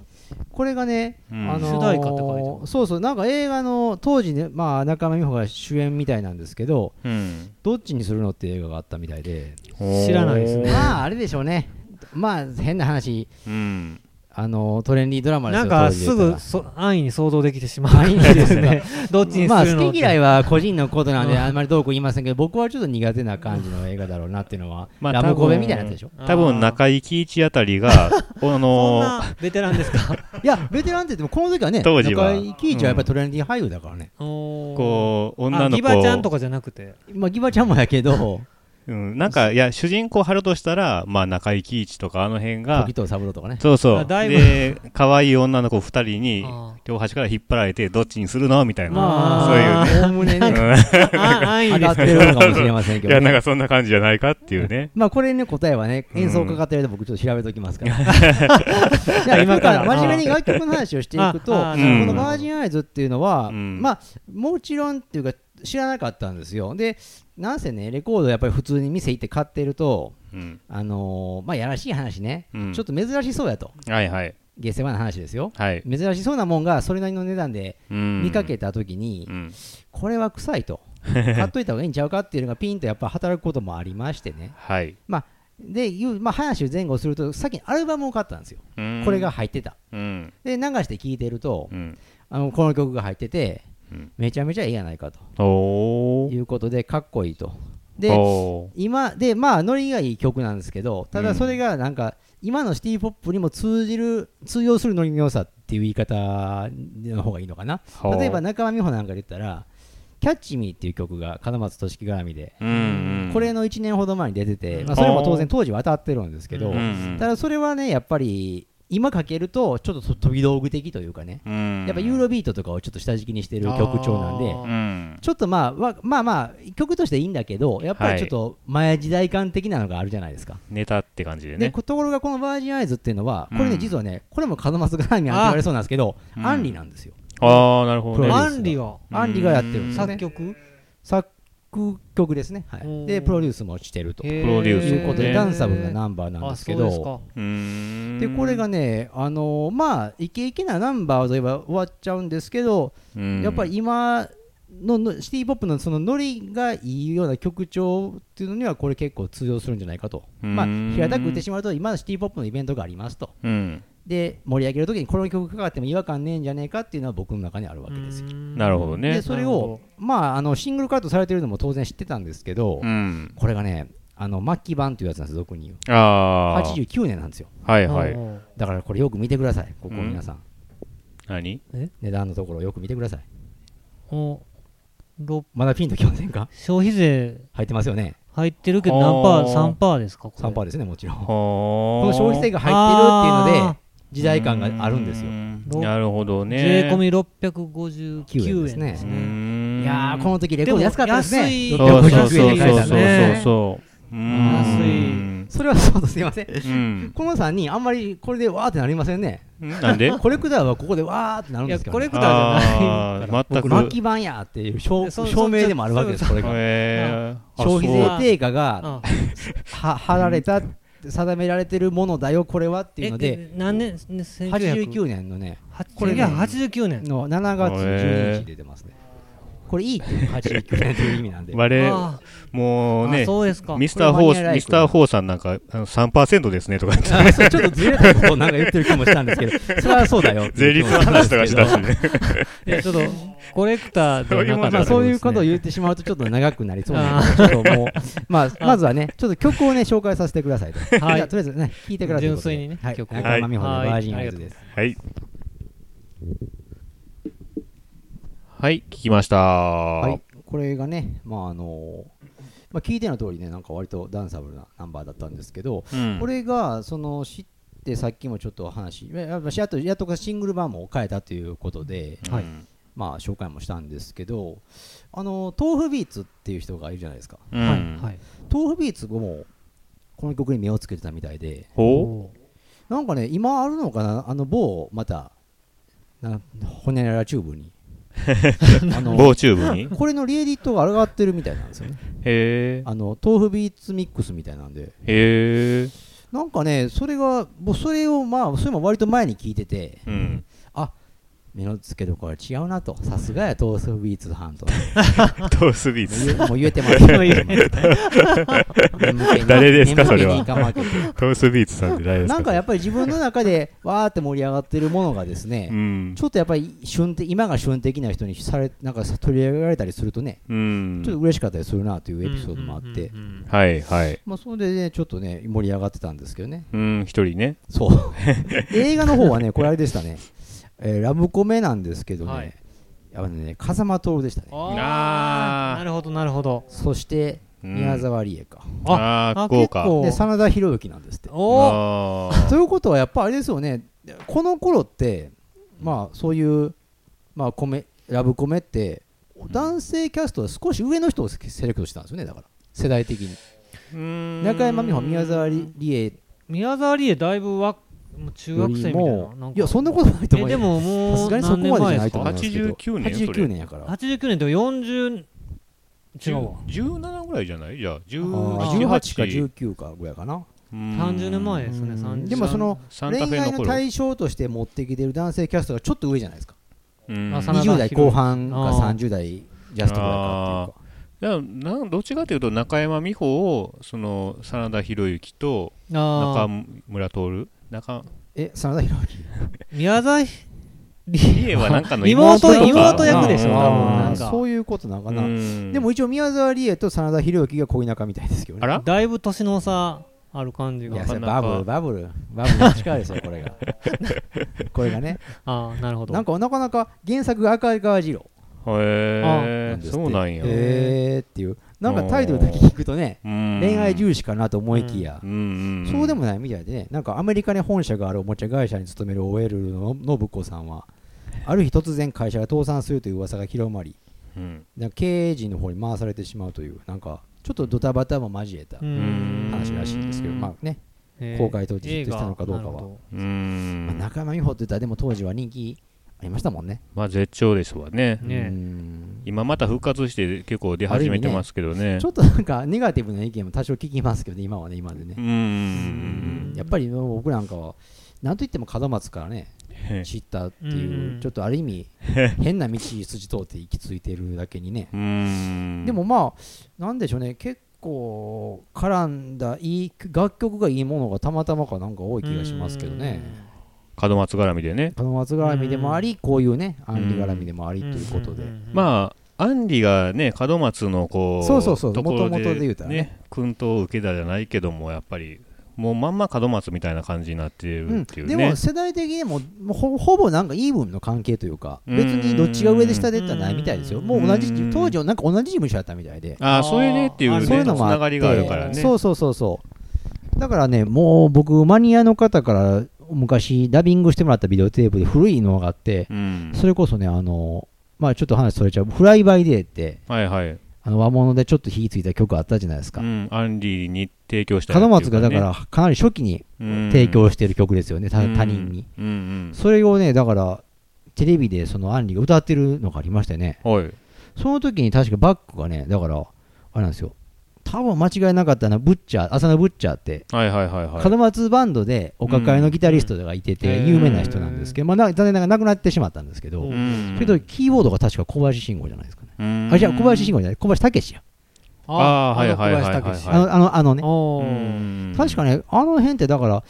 B: これがね、
A: うん
B: あのー
D: 主題歌って書いてある
B: そうそうなんか映画の当時ね、まあ、中山美穂が主演みたいなんですけど
A: うん
B: どっちにするのって映画があったみたいで
D: 知らないですね
B: まああれでしょうねまあ変な話
A: うん
B: あのートレンディードラマですよ
D: なんか
B: 当時です言った
D: ぐ
B: ら
D: そ安易に想像できてしまう安易です
B: (laughs)
D: ねどっちにするの
B: まあ
D: って
B: 好き嫌いは個人のことなん
D: う
B: で
D: ん
B: あんまりどうこう言いませんけど僕はちょっと苦手な感じの映画だろうなっていうのは、
A: まあ
B: ラブコメみたいなやつでしょ
A: 多分中井貴一あたりがあ
D: そん
A: のー
D: なベテランで
A: (laughs)
D: すか
B: いやベテランって言ってもこの時はね
A: 当時は
B: 中井貴一はやっぱりトレンディー俳優だからね、
D: おー
A: こう女
D: あ
A: の
D: ギバちゃん
A: 子
D: とかじゃなくて
B: まあギバちゃんもやけど
A: うんなんかいや主人公張るとしたらまあ中井貴一とかあの辺が
B: 時藤三郎とかね
A: そうそ
D: あ
A: う
D: だいぶ
A: で可愛い女の子二人に
D: あー
A: 両端から引っ張られてどっちにするのみたいな
B: まあ
A: そう
B: おおむねね
A: うん
D: あ安
B: 上が
D: 易で
B: っ
D: す
B: てるのかもしれませんけ
A: い
B: ど、
A: やなんかそんな感じじゃないかっていうね
B: まあこれね答えはね
A: うん
B: 演奏家かってると僕ちょっと調べておきますから (laughs) じゃあ今から真面目に楽曲の話をしていくとこ
D: あ
A: あなるほど
B: の「バージンアイズ」っていうのは、
A: うん
B: まあもちろんっていうか知らなかったんですよでなんせねレコードやっぱり普通に店行って買ってると
A: うん
B: あのーまあやらしい話ね、
A: うん
B: ちょっと珍しそうやと
A: はいはい
B: 下世話な話ですよ
A: はい
B: 珍しそうなもんがそれなりの値段で見
A: 見
B: かけた時に、
A: うん
B: これは臭
A: (laughs)
B: いと買っといた方がいいんちゃうかっていうのがピンとやっぱ働くこともありましてね
A: はい
B: で、いうまあ、話を前後すると先にアルバムを買ったんですよ、こ
A: こ
B: れが入ってた
A: うん
B: で流して聴いてると
A: うん
B: あのこの曲が入ってて、
A: うん
B: めちゃめちゃいいやないかと
A: おー
B: いうことでかっこいいとで
A: お
B: 今でまあノリがいい曲なんですけどた
A: う
B: だ
A: ん
B: それがなんか今のシティ・ポップにも通じる通用するノリの良さっていう言い方の方がいいのかな
A: ー
B: 例えば
A: ほ
B: 中間美穂なんかで言ったら「キャッチ・ミー」っていう曲が門松俊樹絡みで、
A: ううんうん
B: これの1年ほど前に出てて、まあ、それも当然当時は当たってるんですけど、
A: うんうん
B: ただそれはねやっぱり今かけるとちょっと飛び道具的というかね
A: うん
B: やっぱユーロビートとかをちょっと下敷きにしてる曲調なんで
A: う。ん
B: ちょっとまあわまあまあ曲としていいんだけどやっぱりちょっと前時代感的なのがあるじゃないですか、
A: ネタって感じで
B: で
A: ね。
B: ところがこの「バージンアイズ」っていうのはこれね、
A: うん
B: 実はねこれも門松絡みあって言われそうなんですけど、
A: うん
B: アンリなんですよ
A: ああ、なるほど
B: プロ
A: ね。
B: デュー
D: ア
B: スが
D: ンリは
A: うん
B: アンリがやってるんですよ
D: 作
B: ね
D: 曲
B: 作曲ですね、は
D: おー
B: い、でプロデュースもしてるという
D: プ
A: ロデュース
B: ということで
A: ね
B: ダンサブルなナンバーなんですけど
A: うーん
B: でこれがね、あのーまあイケイケなナンバーといえば終わっちゃうんですけど、
A: うん
B: やっぱり今ののシティ・ポップのそのノリがいいような曲調っていうのにはこれ結構通用するんじゃないかと、
A: うん
B: まあ、平たく言ってしまうと今のシティ・ポップのイベントがありますと
A: うん
B: で盛り上げるときにこの曲かかっても違和感ねえんじゃねえかっていうのは僕の中にあるわけですよ。
A: なるほどね
B: で。それ
D: なるほ
B: を、まあ、あのシングルカットされてるのも当然知ってたんですけど、
A: うん。
B: これがねあの末期版というやつなんです俗に言う
A: ああ。
B: 89年なんですよ
A: はいはい。
B: だからこれよく見てくださいここ
A: うん
B: 皆さん、
A: 何
B: 値段のところよく見てください
D: おろ
B: まだピンときませんか
D: 消費税
B: 入ってますよね
D: 入ってるけど何パー
A: あー
D: 3パーですかこれ
B: 3%ですねもちろんこ
A: こ
B: の消費税
A: が
B: が入ってるっていうの
D: あー
B: で時代感があるんですよ
A: なるほどね。
D: 税込み659円ですね
B: です
A: み
B: いやーこの時レコード安かったですね
D: でも
A: そうそう
B: 600
A: そ
B: 円
A: う
B: で買え
A: そう
B: たん
A: そう
B: で
D: ね
A: そうそう。うん
B: それはそうとすいません
A: うん。
B: この3人あんまりこれでわーってなりませんね
A: なん (laughs) で
B: コレクターはここでわーってなるん
D: い
B: で
D: や
B: すけど、
D: コ
B: ね、
D: レクターじゃない
A: あー全
B: 僕
A: く。
B: 末期版やっていう証
D: そう
B: 証明でもあるわけですこれが
A: えー、
B: 消費
A: あ
B: 税定価が
D: あ
B: は貼られた定められてるものだよこれはっていうので
D: え何年1989
B: 89年のね
D: これ1989年
B: の7月12日に出てますねこれいいっていう89年という意味なんで
A: そう我々
D: あ
A: も
D: ー
A: うね
D: あそうですか
A: ミスター
B: これ
A: ホ
B: マニアラ
A: ー
B: イク
A: ミスターホーさんなんかあの3%ですねとか
B: (laughs)
A: 言って
B: あそうちょっとずれたことをなんか言ってる気もしたんですけ
D: (laughs)
B: どそれはそうだよ
A: 税率の話とかしだし
B: ね
A: ね。
D: いやちょっ
B: (laughs)
D: とコレクターではなかった
B: まあ、 (laughs) そういうことを
D: う
B: 言ってしまうとちょっと長くなりそうなんでちょっともうまあまずはねちょっと曲をね紹介させてくださいと、
D: はい
B: じゃあとりあえずね聴いてくださいということで
D: 純粋にね
B: はい、
D: 曲
B: 曲
D: を
B: を中山美穂
D: は
B: の
D: い
B: バージンアイズです
A: はい。はい、聞きました。
B: はい、これがね、まああのまあ、聞いての通りね、なんか割とダンサブルなナンバーだったんですけど、
A: うん
B: これがその知って、さっきもちょっと話、いややっぱしやっとやっとシングル版も変えたということで、
A: はい。
B: まあ、紹介もしたんですけど、あの豆腐ビーツっていう人がいるじゃないですか、
A: う
D: はい
A: ん
D: はい
B: 豆腐ビーツもこの曲に目をつけてたみたいで、
A: ほ
B: なんかね、今あるのかな、あの某、また、なほにゃららチューブに。あ
A: う (laughs)
B: の
A: 棒チューブに
B: (laughs) これのリエディットが上がってるみたいなんですよね。
A: へえ。
B: あの豆腐ビーツミックスみたいなんで
A: へえ。
B: なんかねそれがもうそれをまあそれも割と前に聞いてて
A: うん。
B: 目の付けどころは違うなとさすがや豆腐ビーツハンとも
A: トースビーツ。
B: う言うもう言えてますよ
A: 誰ですかそれは
B: は
A: トースビーツさんって誰ですか
B: なんかやっぱり自分の中でわーって盛り上がってるものがですね、
A: うん
B: ち。ょっとやっぱり旬的今が旬的な人にされなんかさ取り上げられたりするとね、
A: うん
B: ちょっと嬉しかったりするなというエピソードもあって、
D: うんうんうんうん
A: はいはい。
B: まあ、それでねちょっとね盛り上がってたんですけどね
A: うん、一人ね。
B: そう映画の方はねこれあれでしたね、えーラブコメなんですけどね、
D: はい
B: やっぱね風間徹でしたね
D: あ
A: あ
D: ー
A: ー
D: なるほどなるほど
B: そして
A: うん
B: 宮沢りえか、
A: ああ、
D: あ
A: 豪華。
D: 結構
B: で真田広之なんですって
D: おお
A: あ
B: ということはやっぱあれですよねこの頃ってまあそういう、まあ、コメラブコメって男性キャストは少し上の人をセレクトしたんですよねだから世代的に
A: ー
B: 中山美穂宮沢りえ
D: 宮沢りえだいぶわもう中
B: よ
D: 学生
B: り
D: みたい
B: も
D: ななんか
B: いやそんなことないと
D: え
B: 思う
D: で
B: よ
D: ももう
B: さすがにそこまでじゃないと思いますけど
A: 89年それ
B: 89年やから
D: 89年って40違うわ
A: 17ぐらいじゃないじゃあ、
B: あ
A: 18
B: ー
A: か
B: 18か19かぐらいかな
D: 30年前ですね
B: うん
D: 30
B: でもその
A: サンタフ
B: 恋
A: ェ
B: 愛
A: の
B: の
A: 頃。
B: 対象として持ってきてる男性キャストがちょっと上じゃないですか
A: うん
D: あ真田広
B: 20代後半か
D: あー
B: 30代ジャストぐらいかっていうか
A: だからなんどっちかというと中山美穂をその真田広之と
D: あ
A: 中
D: あ
A: 村徹中
B: え真田広之
D: 宮沢り
A: 理恵はなんかの
D: 妹
A: か
D: 妹役でしょ
A: うん
D: 多分なん
B: あ
D: か
B: ーそういうことなのか
A: う
B: な、
A: ん
B: でも一応宮沢りえと真田広之が恋仲みたいですけどね
A: あら
D: だいぶ年の差ある感じ
B: い
D: が
B: や
A: そ
B: そ
A: れ
B: れ
A: バ
B: バ
A: ブ
B: ブ
A: ル
B: ルバブルバブルの力ですよこ
A: (laughs)
B: れがこれがね
D: ああなるほど
B: なんかなかなか原作が赤い川次郎
A: へ
B: な
A: え
B: んですって
A: そうなんや
B: へーっていうなんかタイトルだけ聞くとね、
A: 恋
B: 恋愛重視かなと思いきや
A: う、ん
B: そうでもないみたいでね、なんかアメリカに本社があるおもちゃ会社に勤める OL の信子さんは、ある日突然会社が倒産するという噂が広まり、
A: うん
B: なんか経営陣の方に回されてしまうという、なんかちょっとドタバタも交えた
A: ん
B: 話らしいんですけど、まあね、
D: えー
B: 公開当時実施したのかどうかは
D: 映画なるほど
A: うん
B: まあ、中山美穂って言ったらでも当時は人気ありましたもんね。
A: まあ絶頂ですわね
D: ねえ
B: うん
A: 今また復活して結構出始めてますけどね
B: ちょっとなんかネガティブな意見も多少聞きますけどね、今はね、今でね
A: う。ん
B: やっぱり僕なんかは、なんといっても門松からね、知ったって
D: う
B: い
D: ん
B: う、ちょっとある意味、変な道筋通って行き着いてるだけにね。
A: うん
B: でもまあ、なんでしょうね、結構絡んだ、いい楽曲がいいものがたまたまかなんか多い気がしますけどね。
A: 門松絡みでね
B: 門松絡みでもあり、こういうね、アンリ絡みでもあり
D: う
B: と
D: ん。
B: いうことで
D: ん。んん
A: まあアンリがね門松のこう
B: そうそうそう
A: ところ
B: 元々で言うたらね
A: 薫陶を受けたじゃないけどもやっぱりもうまんま門松みたいな感じになってるっていうね、
B: でも世代的にももうほほぼなんかイーブンの関係というか
A: うん
B: 別にどっちが上で下でってのはないみたいですよもう同じ
A: うん
B: 当時はなんか同じ事務所やったみたいで
A: ああそれねっていう
D: あ
A: ね
B: そういうのもあ
A: つ
B: っ
A: な
B: て
A: がりがあるからね
B: そうそうそうそうだからねもう僕マニアの方から昔ダビングしてもらったビデオテープで古いのがあって
A: うん
B: それこそねあのまあちょっと話それちゃう「フライバイデー」って
A: はいはい、
B: あの和物でちょっと火ついた曲あったじゃないです
A: う
B: か
A: ん、アンリに提供したやつ
B: 門
A: ってい
B: 松
A: う
B: がだか
A: ね
B: らかなり初期に
A: うん
B: 提供してる曲ですよねた他人に
A: うんうん
B: それをね、だから、テレビでそのアンリが歌ってるのがありましたよね。
A: うんはい
B: その時に確かバックがね、だから、あれなんですよ。多分間違いなかったな、ブッチャー、浅野ブッチャーって、
A: はいはいはいはい
B: 門松バンドでお抱えのギタリストがいて
D: う
B: て、
D: ん
B: 有名な人なんですけど、まあな、残念ながら亡くなってしまったんですけど、
A: うん
B: けど、キーボードが確か小林慎吾じゃないですかね。
A: うん
B: あ、じゃあ小林慎吾じゃない、小林武史や。
A: あーはいはいはいはい
D: あの小林武史
A: はい
B: あの、あの、あのね、
D: お
A: う
D: ー
A: ん
B: 確かね、あの辺ってだから、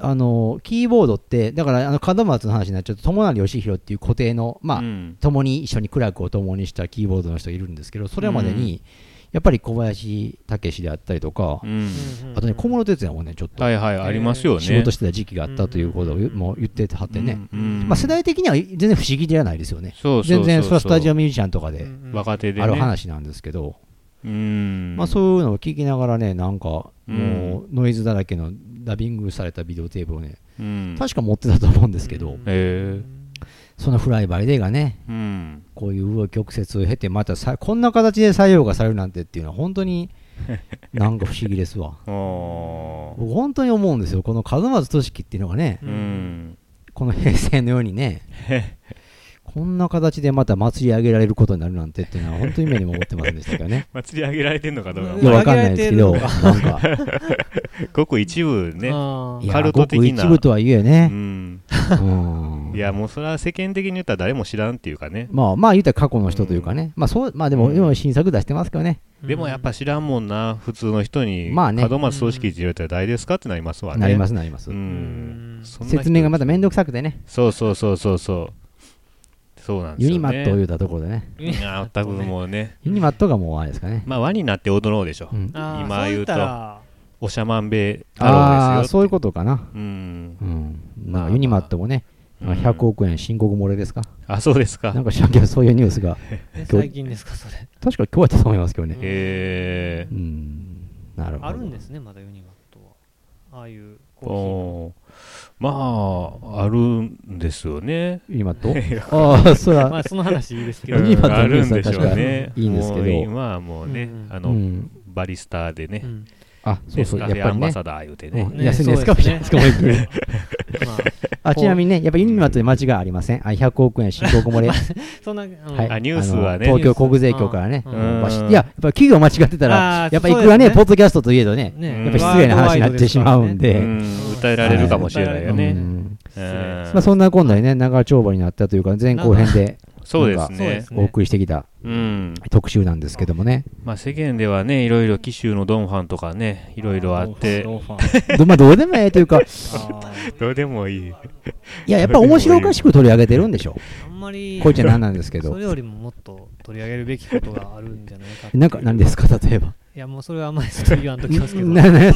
B: あの、キーボードって、だから、あの、門松の話になっちゃうと、友成義弘っていう固定の、まあ
A: う、ん
B: 共に一緒に苦楽を共にしたキーボードの人がいるんですけどそれまでにやっぱり小林武史であったりとか、
A: うん
B: あとね小室哲哉もねちょっと
A: はいはいありますよね
B: 仕事してた時期があったということを言うもう言っててはってね、
A: うんうん
B: まあ、世代的には全然不思議ではないですよね
A: そうそうそうそ
B: 全
A: う
B: 然それはスタジオミュージシャンとか
D: う
B: で
D: んうん
A: 若手でね
B: ある話なんですけど、
A: うん
B: まあ、そういうのを聞きながらねなんか
A: うん
B: もうノイズだらけのダビングされたビデオテープをね
A: うん
B: 確か持ってたと思うんですけど、
D: うん
A: へえ
B: そのフライバイデーがね
A: うん
B: こういう紆余曲折を経てまたさこんな形で採用がされるなんてっていうのは本
A: (laughs)
B: 当になんか不思議ですわ
A: あー
B: 僕本当に思うんですよこの門松俊樹っていうのがね
A: うん
B: この平成のようにねこんな形でまた祭り上げられることになるなんてっていうのは本当に目にも思ってませんでしたけ
A: (laughs)
B: どね
A: 祭り上げられてんのかどうか
D: う
A: も
D: ん
B: いやわかんないですけど
D: 上げ
B: なん
D: ら
B: か
A: ごく一部ね
D: あ
B: い
D: ー
B: や
A: カル
B: ご
A: ト
B: く
A: 的な
B: 一部とはいえ
A: う
B: ね
A: ん
B: うん
A: いやもうそれは世間的に言ったら誰も知らんっていうかね
B: まあまあ言うたら過去の人というかねまあそうまあでも
A: うん
B: 今新作出してますけどね
A: でもやっぱ知らんもんな普通の人に
B: まあね
A: 門松組織って言われたら誰ですかってなりますわね
B: なりますすなります
A: うんそんな人
B: 説明がまた面倒くさくてね
A: そうそうそうそうそうそうなんです
B: ユ
A: よね
B: ニマットを言うたところでね
A: いや全くもうね
B: ユニマットがもうあれですかね
A: まあ輪になって踊ろうでしょ
B: うん
D: あー
A: 今言うと
D: そ言ったら
A: おしゃまんべい太郎
B: あ
A: で
B: あ
A: すよ
B: そういうことかな。
A: とうん
B: うん。
A: まあ
B: ま
A: ま
B: あ、
A: あ
B: ユニマットもね、
A: うん
B: 100億円申告漏れですか。
A: あそうですか
B: なんか、最近そういうニュースが、
D: え最近ですかそれ
B: 確か今日やったと思いますけどね。
A: へえ
B: うん。なるほど。
D: あるんですねまだユニバットはああいうコーヒーの
A: おーまああるんですよね
B: ユニマットああ、そり
D: ま
B: ゃ、
D: あその話いいですけ
B: ユ
D: ど
B: ニバット
A: あ
B: のニュ
A: る
B: ー
A: ん
B: スは
A: でし
B: 確
A: ょう
B: か
A: ね
B: いいんですけ
A: もう
B: ど
A: 今はもうね
D: うん
A: あ
B: う
A: の
B: ん。
A: バリスタで
D: う
A: ね
D: ん
B: あ、そうそう、
A: エスカ
B: やっぱ
A: フェア
B: り
A: ンバ
B: ね。
A: サダー言うて
B: う
A: ね
B: ん
D: ね
B: 安いんですか
D: そうですね
B: しかも行く
D: まあ
B: あちなみにね、やっぱユニマットで間違いありません。あ100億円申告漏れ。は
D: そんなうん
B: い
A: あニュースはね
B: あの東京国税局からね。
D: う
B: うんんバシ
A: うん
B: いや、やっぱ企業間違ってた
D: あ
B: ら
D: ー、
B: やっぱい
D: そう
B: くら
D: で
B: ね、
D: すね
B: ポッドキャストといえどね、
D: ね
B: やっぱ失礼な話になってしまうん
A: う
B: で。
A: ん訴えられるかもしれないよ
B: う
A: ね
B: ん
A: うん
B: まあ、そんな今度にね、長丁場になったというか、前後編で
A: そうです
D: そうで
A: ね
D: す
B: お送りしてきた
A: うん
B: 特集なんですけどもね、
A: まあ世間ではねいろいろ紀州のドンファンとかねいろいろあって
C: ローファン
B: どまあ、どうでもええという
A: (laughs)
B: か、
C: あー
B: (laughs)
A: どうでもいい
B: いや、やっぱ面白おかしく取り上げてるんでしょ、
D: あんまり
B: こいつは何なんですけ
D: そ
B: ど、
D: れよりももっと取り上げるべきことがあるんじゃないかっていう
B: なんか何ですか、例えば。
D: いやもうそれはあんまりちょっと言わんときますけど
B: ねね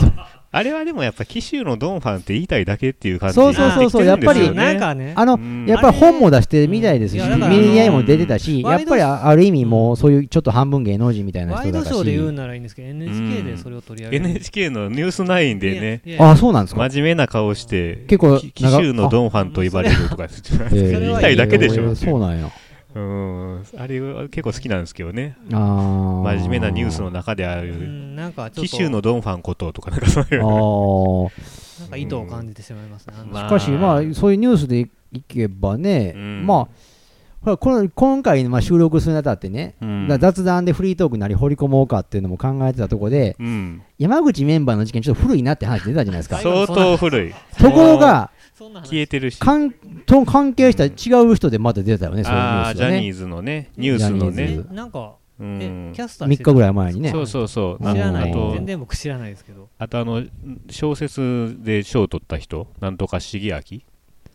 A: あれはでもやっぱ紀州のドンファンって言いたいだけっていう感じ
B: そうそうそうそう
A: になてきてるんですよね
D: なんかね
B: あの
A: うん
B: やっぱり本も出してるみたいですし、
D: い
B: ミ
D: やだから
B: ニアイも出てたし、
D: ワ
B: や
D: イ
B: っ
D: ド
B: ぱりあある意味もうそういうちょっと半分芸能人みたいな
D: ワ
B: 人
D: イ
B: だ
D: ド
B: った
D: ショーで言う
B: し、
D: ならいいんですけど NHK でそれを取り上げる
A: NHK の「ニュース9でね
D: いやいや
B: あそうなんですか。
A: 真面目な顔して
B: 結構
A: き紀州のドンファンと言われるとか
B: え
A: 言
B: ー
A: いたいだけでしょ
B: そうなんや。
A: うんあれは結構好きなんですけどね
B: あ真
A: 真面目なニュースの中であ
D: う
A: る
D: んなんかちょっ
A: 紀
D: と
A: 州のドンファンこととかなんかそう
B: (laughs)
A: いう
B: あ
D: なんか意図を感じてしまいますねあの
A: ま
B: あしかし、まあ、そういうニュースでいけばね、
A: うん
B: まあほらこの今回まあ収録するにあたってね、
A: うん
B: だ雑談でフリートークなり掘り込もうかっていうのも考えてたところで
A: うん
B: 山口メンバーの事件ちょっと古いなって話出たじゃ
A: (laughs)
B: ないですか
A: 相当古い
B: ところが
D: そんな
A: 消え
D: 話
A: てるし
B: 関と関係した違う人でまた出たよね、そういうニュ
A: あ
B: ー
A: あ
B: ス
A: ジ
B: が
A: ャ
B: ね
A: ニーズのねニュースの
B: ジャニ
A: ね
B: ーズ
D: えなんか
A: う
D: え
A: ん
D: キャスター
B: 3日ぐ
D: らい
B: らい前にね
A: そうそうそう
D: 知らな
A: あ
D: い
A: と
D: 全然僕知らないですけど
A: あとあの小説で賞を取った人なんとか茂明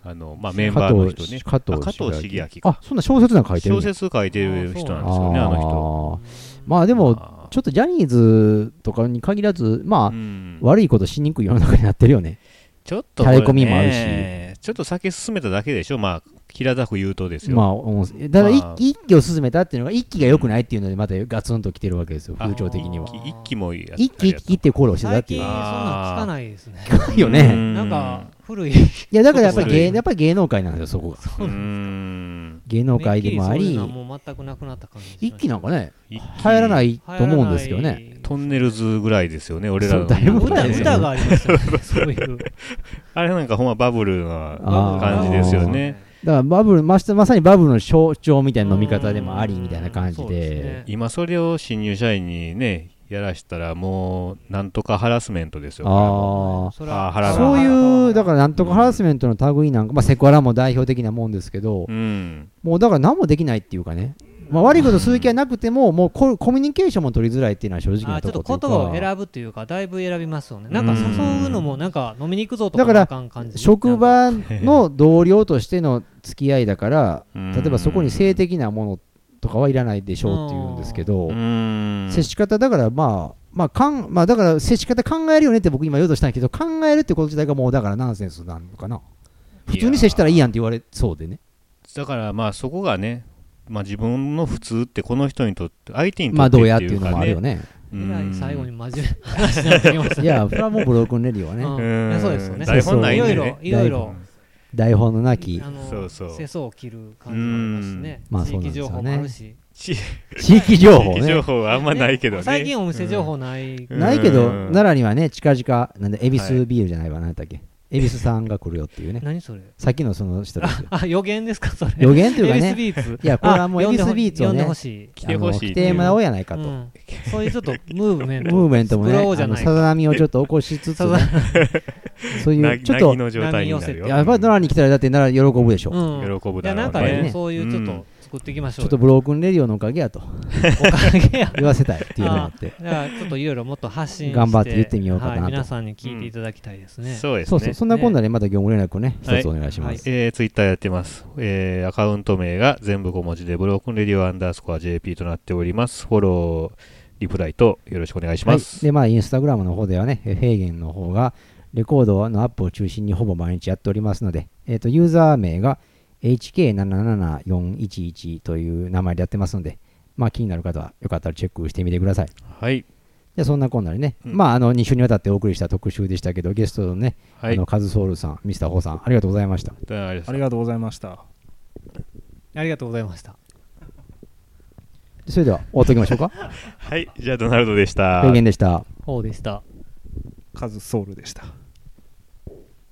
A: あのまあメンバーの人ね
B: 加藤
A: あ加藤茂明か
B: あそんな小説なんか書いてるん
A: 小
B: や
A: 説書いてる人なんですよねあの人
B: あーまあでも
A: あ
B: ちょっとジャニーズとかに限らずまあ、
A: ーうん
B: 悪いことしにくい世の中になってるよね
A: ちょっとこれね
B: 垂れ込みもある
A: ちょっと酒進めただけでしょまあ平たく言うとですよ
B: まあ、うんだから
A: まあ
B: 一一気を進めたっていうのが一気が良くないっていうのでまたガツンと来てるわけですよ
A: あ
B: 風潮的には
A: 一気一気もいいやつ
B: 一気一気ってコールをしてたっ
D: 最
B: てい
D: 近
B: う
D: そん
A: あ
D: なん聞かないですね
B: いよ
A: う
B: ね
D: なんか古い
B: いやだからやっぱり
A: そう
B: 芸
A: そう
B: やっぱり芸能界なんですよそこが
A: うん
B: 芸能界でもあ
D: めっきそうい
B: り
D: うのはもう全くなくなった感じしました
B: 一気なんかね
A: 一
B: 流
A: 気
B: 行らないと思うんですけどね
A: トンネルズぐらいですよね俺ら
B: そ
A: の
B: うだいぶ前
D: 歌
B: ですよね
D: 歌がありましたよねそういう
A: あれなんかほんまバブルな
B: あー
A: 感じですよね
B: だからバブルましてまさにバブルの象徴みたいな飲み方でもありみたいな感じ
D: そうす
B: で
D: ね
A: 今それを新入社員にねやらしたらもうなんとかハラスメントですよ
B: あ
D: そ
A: あー腹
B: あ
A: が
B: そういうだかららなんとかハラスメントの類なんかまあセクハラも代表的なもんですけど
A: うん
B: もうだから何もできないっていうかねまあ悪いことする気はなくてももうココミュニケーションも取りづらいっていうのは正直
D: あ
B: な
D: ーちょ
B: と
D: っ
B: ころ
D: と
B: というか
D: 言葉を選ぶというかだいぶ選びますよねなんか誘うのもなんか飲みに行くぞと
B: だ
D: か
B: から
D: あかん感じ
B: 職場の同僚としての付き合いだから例えばそこに性的なものとかはいらないでしょうっていうんですけど
A: うん
B: 接し方だからまあまあかんまあだから接し方考えるよねって僕今言おうとしたんだけど考えるってこと自体がもうだからナンセンスなのかな普通に接したらいいやんって言われそうでね
A: だからまあそこがね、まあ、自分の普通ってこの人にとって相手にと
B: まあ
A: って
B: どうや
A: っ
B: ってて
A: い
B: いう
A: う
B: の
A: か
B: もある
A: ね (laughs)
B: よね
A: うん
D: 最後に真面目な話になってきました
B: い
D: ね
B: やそれはもうブロークンレディはね
D: うん
A: うん
D: いやそうですよね
A: 台本ないんで
D: いろい
A: ね
D: ろいろいろ
B: 台本のなき
D: あの
A: そうそう
D: 世相を切る感じもありますしね
B: うんまあ
D: 地域情報もあるし
A: 地
B: 地域情報
A: 地域情
B: ね
A: 報はあんまないけどね
D: 最近お店情報ない
A: うん
B: ないけ
A: う
B: ど
A: ん
B: 奈良にはね近々なんで恵比
A: は
B: 寿ビールじゃないわ何だっけ恵比寿さんが来るよって
D: (laughs)
B: いうね
D: 何それ
B: さっきのその人ですよ
D: あ予言ですかそれ
B: 予言というか
D: エビス
B: ね
D: ビーツ
B: いやこれはもう恵比寿ビーツを
D: 呼んで
B: ね
D: ほしい
A: 来
B: あ
A: て
B: の
A: ほしいっ
B: 来
A: てい
B: て
A: う
B: もらおうやないかと
D: うんそういうちょっとムーブメン
B: (laughs) ム
D: ト
B: ーブメントもね
D: 作ろうじ
B: あ
D: ゃ
B: の
D: ない
B: さ
D: か
B: ざ波をちょっと起こしつつね (laughs) そう
A: な
B: いうちょっと
A: 凪の状態になるよ
D: 凪
B: やっぱり奈良に来たらだって奈良喜ぶでしょ
D: うん
A: 喜ぶ
D: い
A: だ
D: や
A: ろ
D: な
A: うん
D: か
A: ね
D: ね
B: ね
D: そういうちょっ
A: う
D: と
A: ん
D: 作っていきまし
B: ち
D: ょ
B: ょ
D: う
B: っとブロークンレディオのおかげやと
D: おかげや
B: 言わせたいっていうのがあって
D: だからちょっといろいろもっと発信して
B: 頑張って言ってみようかなと
D: はい皆さんに聞いていただきたいですね
A: そうです
B: (laughs) そ
A: ね
B: うそうそんなこんなでまた業務連絡をね
A: はい
B: 一つお願いします
A: えー、ツイッターやってます、えーアカウント名が全部5文字でブロークンレディオアンダースコア JP となっておりますフォローリプライとよろしくお願いし
B: は
A: ま
B: い
A: す、
B: でまあインスタグラムの方ではねえ平原の方がレコードのアップを中心にほぼ毎日やっておりますのでえっとユーザー名が HK777411 という名前でやってますのでまあ気になる方はよかったらチェックしてみてください
A: はい
B: でそんなこんなでね、
A: うん
B: まああの2週にわたってお送りした特集でしたけどゲストのね、
A: はい
B: あのカズソウルさんミスターホーさんありがとうございました
A: だからあれです
C: ありがとうございました。
D: ありがとうございました
B: それでは終わっておきましょ
A: (laughs)
B: うか
A: はいじゃあドナルドでした
B: 平原でした
D: ほうでした
C: カズソウルでした。